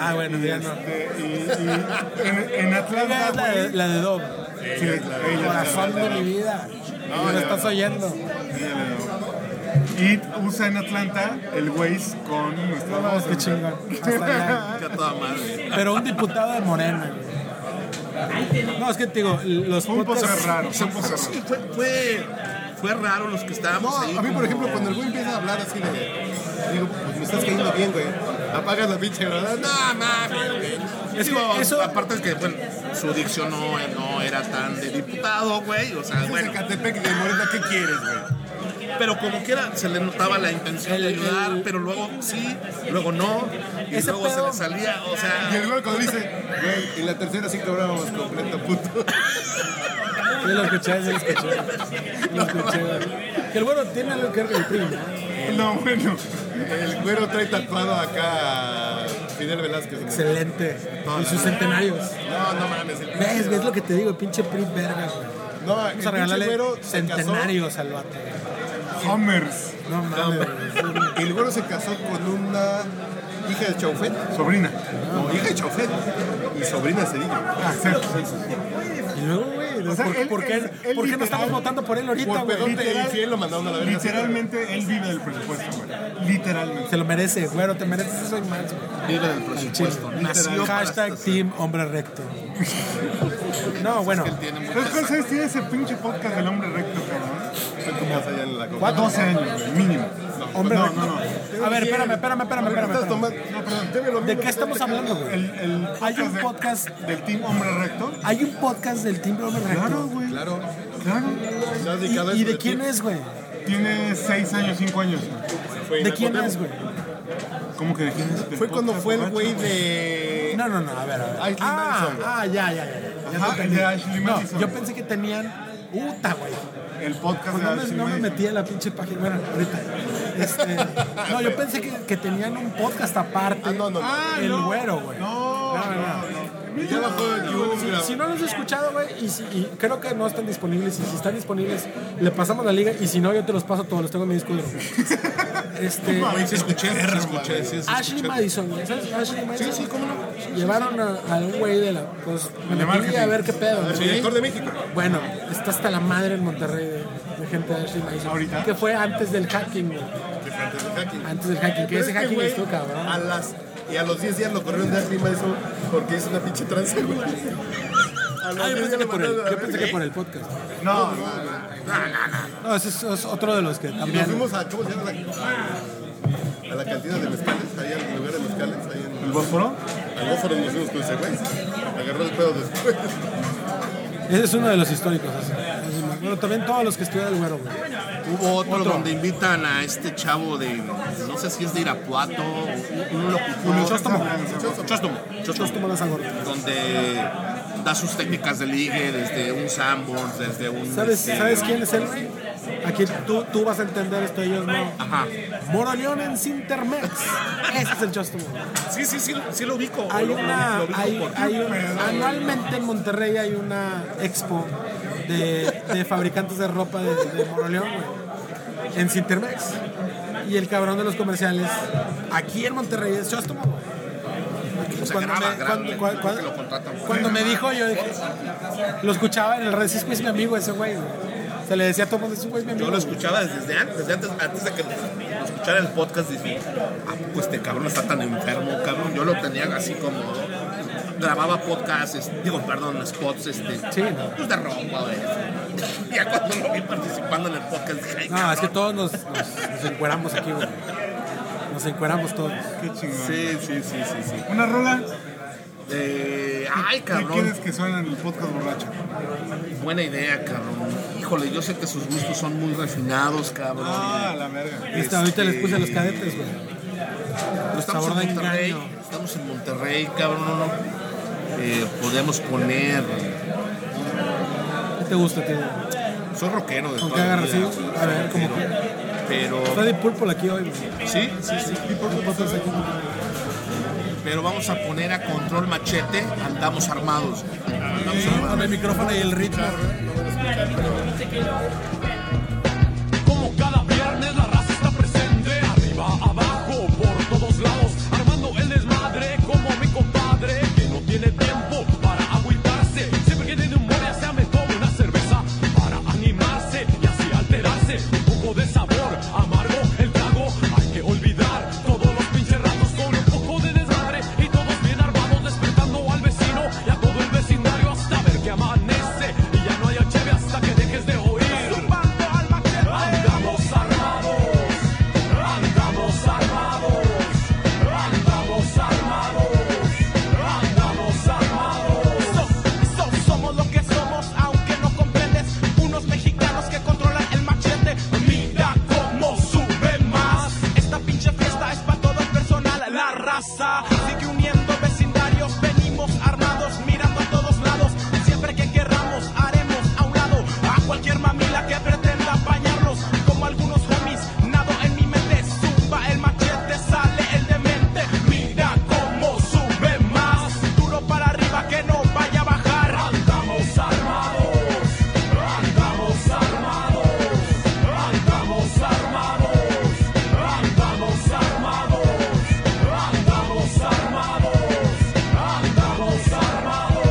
Speaker 6: Ah, bueno, ya no.
Speaker 7: Este, y, y en, en
Speaker 6: Ella
Speaker 7: Atlanta,
Speaker 6: es la
Speaker 7: güey,
Speaker 6: de, la de Dob,
Speaker 7: Sí, ella es
Speaker 6: corazón
Speaker 7: la-
Speaker 6: de mi vida. No,
Speaker 12: ya
Speaker 6: lo estás
Speaker 12: no.
Speaker 6: oyendo.
Speaker 7: Y usa en Atlanta el Waze con nuestra
Speaker 6: No,
Speaker 7: voz.
Speaker 6: qué chingón. Hasta allá.
Speaker 5: Ya toda madre.
Speaker 6: Pero un diputado de Morena. güey. No, es que te digo, los
Speaker 7: Fue un poco
Speaker 6: podcasts...
Speaker 7: raro. fue un poco
Speaker 5: Sí, fue, fue, fue raro los que estábamos
Speaker 12: No,
Speaker 5: ahí.
Speaker 12: a mí, por ejemplo, cuando el güey empieza a hablar así de. Digo, pues me estás cayendo bien, güey. Apagas la pinche grabada.
Speaker 5: No, mames, güey.
Speaker 6: Es que
Speaker 5: Digo,
Speaker 6: eso-
Speaker 5: Aparte que, bueno, su dicción no, no era tan de diputado, güey. O sea,
Speaker 12: No, es
Speaker 5: bueno.
Speaker 12: Zacatepec de Morena, ¿qué quieres, güey?
Speaker 5: Pero como quiera, se le notaba la intención de ayudar, pero luego sí, luego no. Y
Speaker 6: Ese
Speaker 5: luego
Speaker 6: pedo-
Speaker 5: se le salía, o
Speaker 12: Y
Speaker 5: sea...
Speaker 12: el güey cuando dice, güey, en la tercera sí cobrábamos completo, puto.
Speaker 6: Yo lo escuché, sí lo escuché. Lo escuché, güey. Que el bueno tiene algo que ver con el primo.
Speaker 12: No, bueno. El güero trae tatuado acá a Fidel Velázquez. güey.
Speaker 6: Excelente. Y sus centenarios.
Speaker 12: No, no mames. El
Speaker 6: ¿Ves? ¿Ves lo que te digo? El pinche PRI verga, güey.
Speaker 12: No,
Speaker 6: Vamos a
Speaker 12: el pinche
Speaker 6: regalarle
Speaker 12: güero se casó.
Speaker 6: centenarios al vato. güey.
Speaker 7: Homers,
Speaker 6: No mames. güey.
Speaker 12: El güero se casó con una hija de Chaufet.
Speaker 7: sobrina.
Speaker 12: No, hija de Chaufet. Y sobrina de Cedillo.
Speaker 7: Ah, sí, sí, sí.
Speaker 6: Y luego, güey,
Speaker 7: O sea,
Speaker 6: ¿por,
Speaker 7: él-
Speaker 6: por qué,
Speaker 7: él- él
Speaker 6: por qué no
Speaker 7: literal-
Speaker 6: estamos votando por él ahorita,
Speaker 12: Por
Speaker 6: güey?
Speaker 12: pedón de
Speaker 7: literal-
Speaker 12: infiel lo mandaron a la verga.
Speaker 7: Literalmente él vive del presupuesto, güey. Literalmente.
Speaker 6: Se lo merece, güero, te mereces eso y más, güey.
Speaker 5: Vive del presupuesto. Nació para
Speaker 6: Hashtag
Speaker 5: estas-
Speaker 6: Team Hombre Recto. No, bueno.
Speaker 7: ¿Sabes cuántos años tiene ese pinche este podcast del hombre recto, cabrón?
Speaker 12: Fue tu casa allá en la copa.
Speaker 7: 12 años, güey, mínimo.
Speaker 6: Hombre
Speaker 7: no,
Speaker 6: recto.
Speaker 7: no, no.
Speaker 6: A ver, espérame, espérame, espérame, espérame.
Speaker 12: Estás
Speaker 6: espérame.
Speaker 12: tomando. No, perdón, deme lo mismo
Speaker 6: ¿De
Speaker 12: que
Speaker 6: qué estamos
Speaker 12: te-
Speaker 6: hablando, güey?
Speaker 7: El, el podcast
Speaker 6: Hay un
Speaker 7: de-
Speaker 6: podcast.
Speaker 7: del team hombre recto.
Speaker 6: Hay un podcast del Team Hombre
Speaker 7: Claro,
Speaker 6: Recto.
Speaker 7: güey.
Speaker 12: Claro.
Speaker 7: Claro.
Speaker 12: Está
Speaker 6: ¿Y,
Speaker 12: dedicado a
Speaker 6: y
Speaker 12: eso
Speaker 6: de quién
Speaker 12: ti.
Speaker 6: es, güey?
Speaker 7: Tiene 6 años, 5 años. güey.
Speaker 12: Fue en
Speaker 6: ¿De
Speaker 12: la
Speaker 6: quién
Speaker 12: Cotemoc.
Speaker 6: es, güey?
Speaker 7: ¿Cómo que de quién es? Del
Speaker 12: Fue cuando
Speaker 7: podcast
Speaker 12: fue el
Speaker 7: borracho,
Speaker 12: güey de.
Speaker 6: No, no, no, a ver, a ver.
Speaker 12: Ashley
Speaker 6: ah,
Speaker 12: Madison.
Speaker 6: ah, ya, ya, ya, ya. ya.
Speaker 7: Ajá,
Speaker 6: te entendí.
Speaker 7: de Ashley
Speaker 6: no,
Speaker 7: Madison.
Speaker 6: yo pensé que tenían. Puta, güey.
Speaker 7: El podcast
Speaker 6: Pues
Speaker 7: de
Speaker 6: no me,
Speaker 7: Ashley
Speaker 6: no me
Speaker 7: Madison.
Speaker 6: metí a la pinche página. Bueno, ahorita. Este, no, yo pensé que, que tenían un podcast aparte.
Speaker 13: no, no, no.
Speaker 6: Ah, el
Speaker 13: no.
Speaker 6: güero, güey.
Speaker 13: No,
Speaker 6: no, no.
Speaker 13: Ya bajó de YouTube,
Speaker 6: Si-
Speaker 13: mira.
Speaker 6: Si, no los he escuchado, güey, y, si- y creo que no están disponibles. Y si están disponibles, le pasamos la liga. Y si no, yo te los paso todos, los tengo en mi disco duro. Este,
Speaker 13: Güey, sí escuché, sí escuché, sí, sí
Speaker 6: Ashley
Speaker 13: escuché.
Speaker 6: Madison, güey, ¿sabes? Ashley Madison.
Speaker 13: sí, cómo no.
Speaker 6: Llevaron a, a un güey de la. Pues, me
Speaker 13: de
Speaker 6: metí a
Speaker 13: marketing.
Speaker 6: ver qué pedo.
Speaker 13: Al
Speaker 6: ¿no?
Speaker 13: director de México.
Speaker 6: Bueno, está hasta la madre en Monterrey de, de gente de Ashley Madison.
Speaker 13: ¿Ahorita?
Speaker 6: Que fue antes del hacking, güey.
Speaker 13: Antes del hacking.
Speaker 6: Antes del hacking, que
Speaker 13: Pero
Speaker 6: ese
Speaker 13: es que,
Speaker 6: hacking
Speaker 13: güey,
Speaker 6: estuvo cabrón.
Speaker 13: A las, y a los 10 días lo corrieron de Ashley Madison porque es una pinche tranza, güey. A los
Speaker 6: Ah,
Speaker 13: 10
Speaker 6: yo pensé
Speaker 13: días
Speaker 6: que
Speaker 13: lo
Speaker 6: por el,
Speaker 13: mandaron a la
Speaker 6: yo pensé que
Speaker 13: verga.
Speaker 6: por el podcast.
Speaker 13: No, no, no.
Speaker 6: No, ese es, es otro de los que
Speaker 13: Y nos
Speaker 6: también.
Speaker 13: fuimos a, ¿cómo se llama? la- A la cantina de mezcales, ahí al lugar de mezcales, ahí en...
Speaker 7: ¿El Bósforo?
Speaker 13: Al Bósforo nos fuimos con ese güey. Agarró el pedo después.
Speaker 6: Ese es uno de los históricos. ese. Ese, Bueno, también todos los que estudian el güero, güey.
Speaker 5: Hubo otro,
Speaker 6: Otro.
Speaker 5: donde invitan a este chavo de, no sé si es de Irapuato, un- un
Speaker 6: Julio
Speaker 5: locutor.
Speaker 6: Chóstomo.
Speaker 5: Chóstomo.
Speaker 6: Chóstomo Lazagorta.
Speaker 5: Donde da sus técnicas de ligue desde un sandbox, desde un...
Speaker 6: ¿Sabes,
Speaker 5: este,
Speaker 6: ¿Sabes quién es él, güey? Aquí tú, tú vas a entender esto, ellos no.
Speaker 5: Ajá.
Speaker 6: Moro León en Cintermex. Ese es el Chóstomo.
Speaker 5: Sí, sí, sí, sí lo ubico.
Speaker 6: Hay
Speaker 5: lo- lo-
Speaker 6: una.
Speaker 5: lo ubico
Speaker 6: hay-
Speaker 5: por-
Speaker 6: hay un- anualmente en Monterrey hay una expo de, de fabricantes de ropa de, de Moro León, güey. En Cintermex. Y el cabrón de los comerciales aquí en Monterrey es Chóstomo, güey.
Speaker 5: O sea,
Speaker 6: cuando
Speaker 5: graba,
Speaker 6: me-
Speaker 5: graba,
Speaker 6: cuando-
Speaker 5: eh,
Speaker 6: cuando-
Speaker 5: creo que lo contratan.
Speaker 6: Cuando me dijo, yo dije, lo escuchaba en el radio, "Sí, es que es mi amigo ese güey. güey". Se le decía a todo el mundo, "Ese güey es mi amigo.
Speaker 5: Yo lo escuchaba desde antes, desde antes, antes de que lo escuchara el podcast, dije, ah, pues este cabrón está tan enfermo, cabrón. Yo lo tenía así como grababa podcasts, es- digo, perdón, spots, este,
Speaker 6: Sí, no.
Speaker 5: pues de ropa, güey. Ya cuando lo vi participando en el podcast, dije, ay,
Speaker 6: No, es que todos nos, nos, nos encueramos aquí, güey. Nos encueramos todos.
Speaker 7: Qué chingón.
Speaker 5: Sí, sí, sí, sí, sí.
Speaker 7: Una rola.
Speaker 5: Eh, ay,
Speaker 7: ¿Qué
Speaker 5: cabrón,
Speaker 7: quieres que suene en el podcast borracho?
Speaker 5: buena idea, cabrón. Híjole, yo sé que sus gustos son muy refinados, cabrón.
Speaker 7: Ah, la verga.
Speaker 6: Listo, ahorita les puse a los cadetes, güey.
Speaker 5: Estamos
Speaker 6: Sabor de
Speaker 5: en Monterrey,
Speaker 6: engaño.
Speaker 5: estamos en Monterrey, cabrón. no, no. Eh, podemos poner.
Speaker 6: ¿Qué te gusta, tío?
Speaker 5: Soy rockero de
Speaker 6: ¿Con
Speaker 5: toda
Speaker 6: qué
Speaker 5: la
Speaker 6: agarras?
Speaker 5: vida,
Speaker 6: sí?
Speaker 5: güey,
Speaker 6: A ver, como
Speaker 5: pero-
Speaker 6: que.
Speaker 5: Pero.
Speaker 6: Está de purple aquí hoy, güey.
Speaker 5: Sí, sí, sí. Pero vamos a poner a control machete, andamos armados. Andamos armados.
Speaker 6: Con el micrófono y el ritmo.
Speaker 12: Como cada viernes la raza está presente, arriba, abajo, por todos lados, armando el desmadre como mi compadre, que no tiene tiempo para agüitarse, siempre que tiene humor ya sea me tome una cerveza, para animarse y así alterarse, un poco de sabor, amargo el trago, hay que olvidar todos los pinches ratos con un poco de desmadre y todos bien armados despertando al vecino y a todo el vecindario hasta ver que amanece y ya no haya cheve hasta que dejes de oír. Andamos armados, andamos armados, andamos armados, andamos armados. somos lo que somos, aunque no comprendes. Unos mexicanos que controlan el machete. Mira cómo sube más. Esta pinche fiesta es para todo el personal, la raza. Sigue uniendo vecindarios, venimos armados, mirando a todos lados. Siempre que querramos, haremos a un lado a cualquier mamila que pretenda apañarnos. Como algunos homies, nado en mi mente, zumba el machete, sale el demente. Mira cómo sube más, duro para arriba que no vaya a bajar. Andamos armados, andamos armados, andamos armados, andamos armados, andamos armados, andamos armados, andamos armados, andamos armados.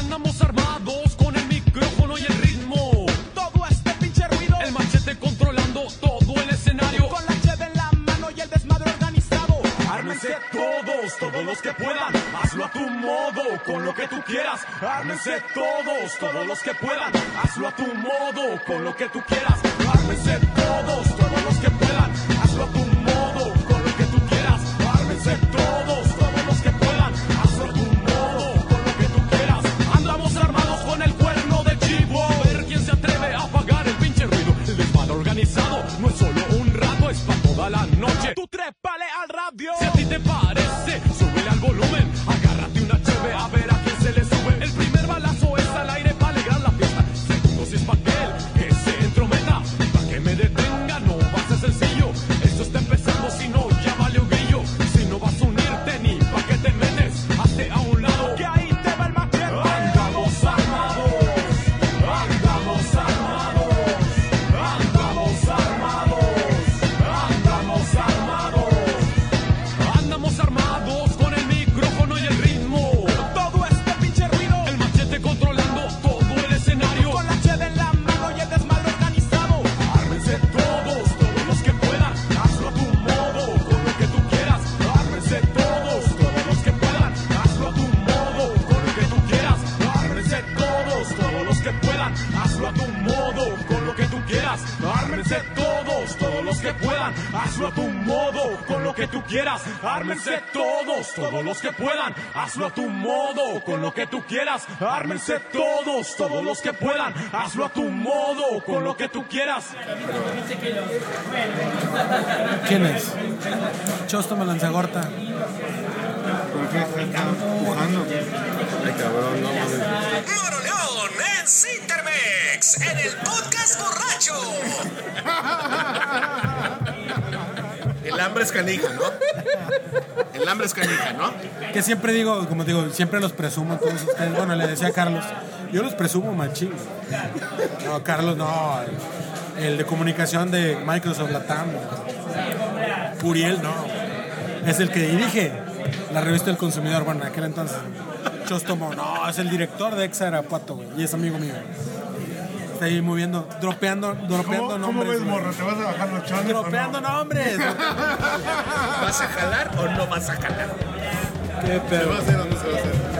Speaker 12: Andamos armados con el micrófono y el ritmo. Todo este pinche ruido. El machete controlando todo el escenario. Con la cheve en la mano y el desmadre organizado. Ármense todos, todos los que puedan. Hazlo a tu modo, con lo que tú quieras. Ármense todos, todos los que puedan. Hazlo a tu modo, con lo que tú quieras. Ármense todos, todos los que puedan. Hazlo a tu modo, con lo que tú quieras. Ármense todos, todos los que puedan. Hazlo a tu modo, con lo que tú quieras. Andamos armados con el cuerno de chivo. A ver quién se atreve a apagar el pinche ruido. El desmadre organizado no es solo un rato. parece? Sube al volumen, agárrate una cheve a ver a quién se le sube. El primer balazo es al aire para alegrar la fiesta. Segundo si es pa' aquel que se entrometa y pa' que me detenga no va a ser sencillo. Esto está empezando, si no ya vale un grillo. Si no vas a unirte ni pa' que te metes, hazte a un lado que ahí te va el maquete. Andamos armados, andamos armados, andamos armados, andamos armados. Andamos armados con el micrófono y el ritmo. Todo este pinche ruido. El machete controlando todo el escenario. Con la che de la mano y el desmadre organizado. Ármense todos, todos los que puedan. Hazlo a tu modo, con lo que tú quieras. Ármense todos, todos los que puedan. Hazlo a tu modo, con lo que tú quieras. Ármense todos, todos los que puedan. Hazlo a tu modo, con lo que tú quieras. Ármense todos, todos los que puedan. Hazlo a tu modo, con lo que tú quieras. Ármense todos, todos los que puedan. Hazlo a tu modo, con lo que tú quieras. Ármense todos, todos los que puedan. Hazlo a tu modo, con lo que tú quieras.
Speaker 6: ¿Quién es? Chóstomo Lanzagorta.
Speaker 7: ¿Por qué está empujando? Ay, cabrón, no mames.
Speaker 14: Loro León en Cintermex, en el podcast borracho.
Speaker 5: El hambre es canija, ¿no? El hambre es canija, ¿no?
Speaker 6: Que siempre digo, como digo, siempre los presumo a todos ustedes. Bueno, le decía a Carlos, yo los presumo machín. No, Carlos, no. El, el de comunicación de Microsoft Latam. Uriel, no. Es el que dirige la revista del consumidor. Bueno, en aquel entonces. Chostomo, no, es el director de Exa Arapuato, güey, y es amigo mío. Está ahí moviendo, dropeando, dropeando
Speaker 7: ¿Cómo, cómo
Speaker 6: nombres.
Speaker 7: ves,
Speaker 6: güey.
Speaker 7: morro? ¿Te vas a bajar los chones?
Speaker 6: Dropeando nombres.
Speaker 5: ¿Vas a jalar o no vas a jalar?
Speaker 6: Qué pedo.
Speaker 15: ¿Se va a hacer o no se va a hacer?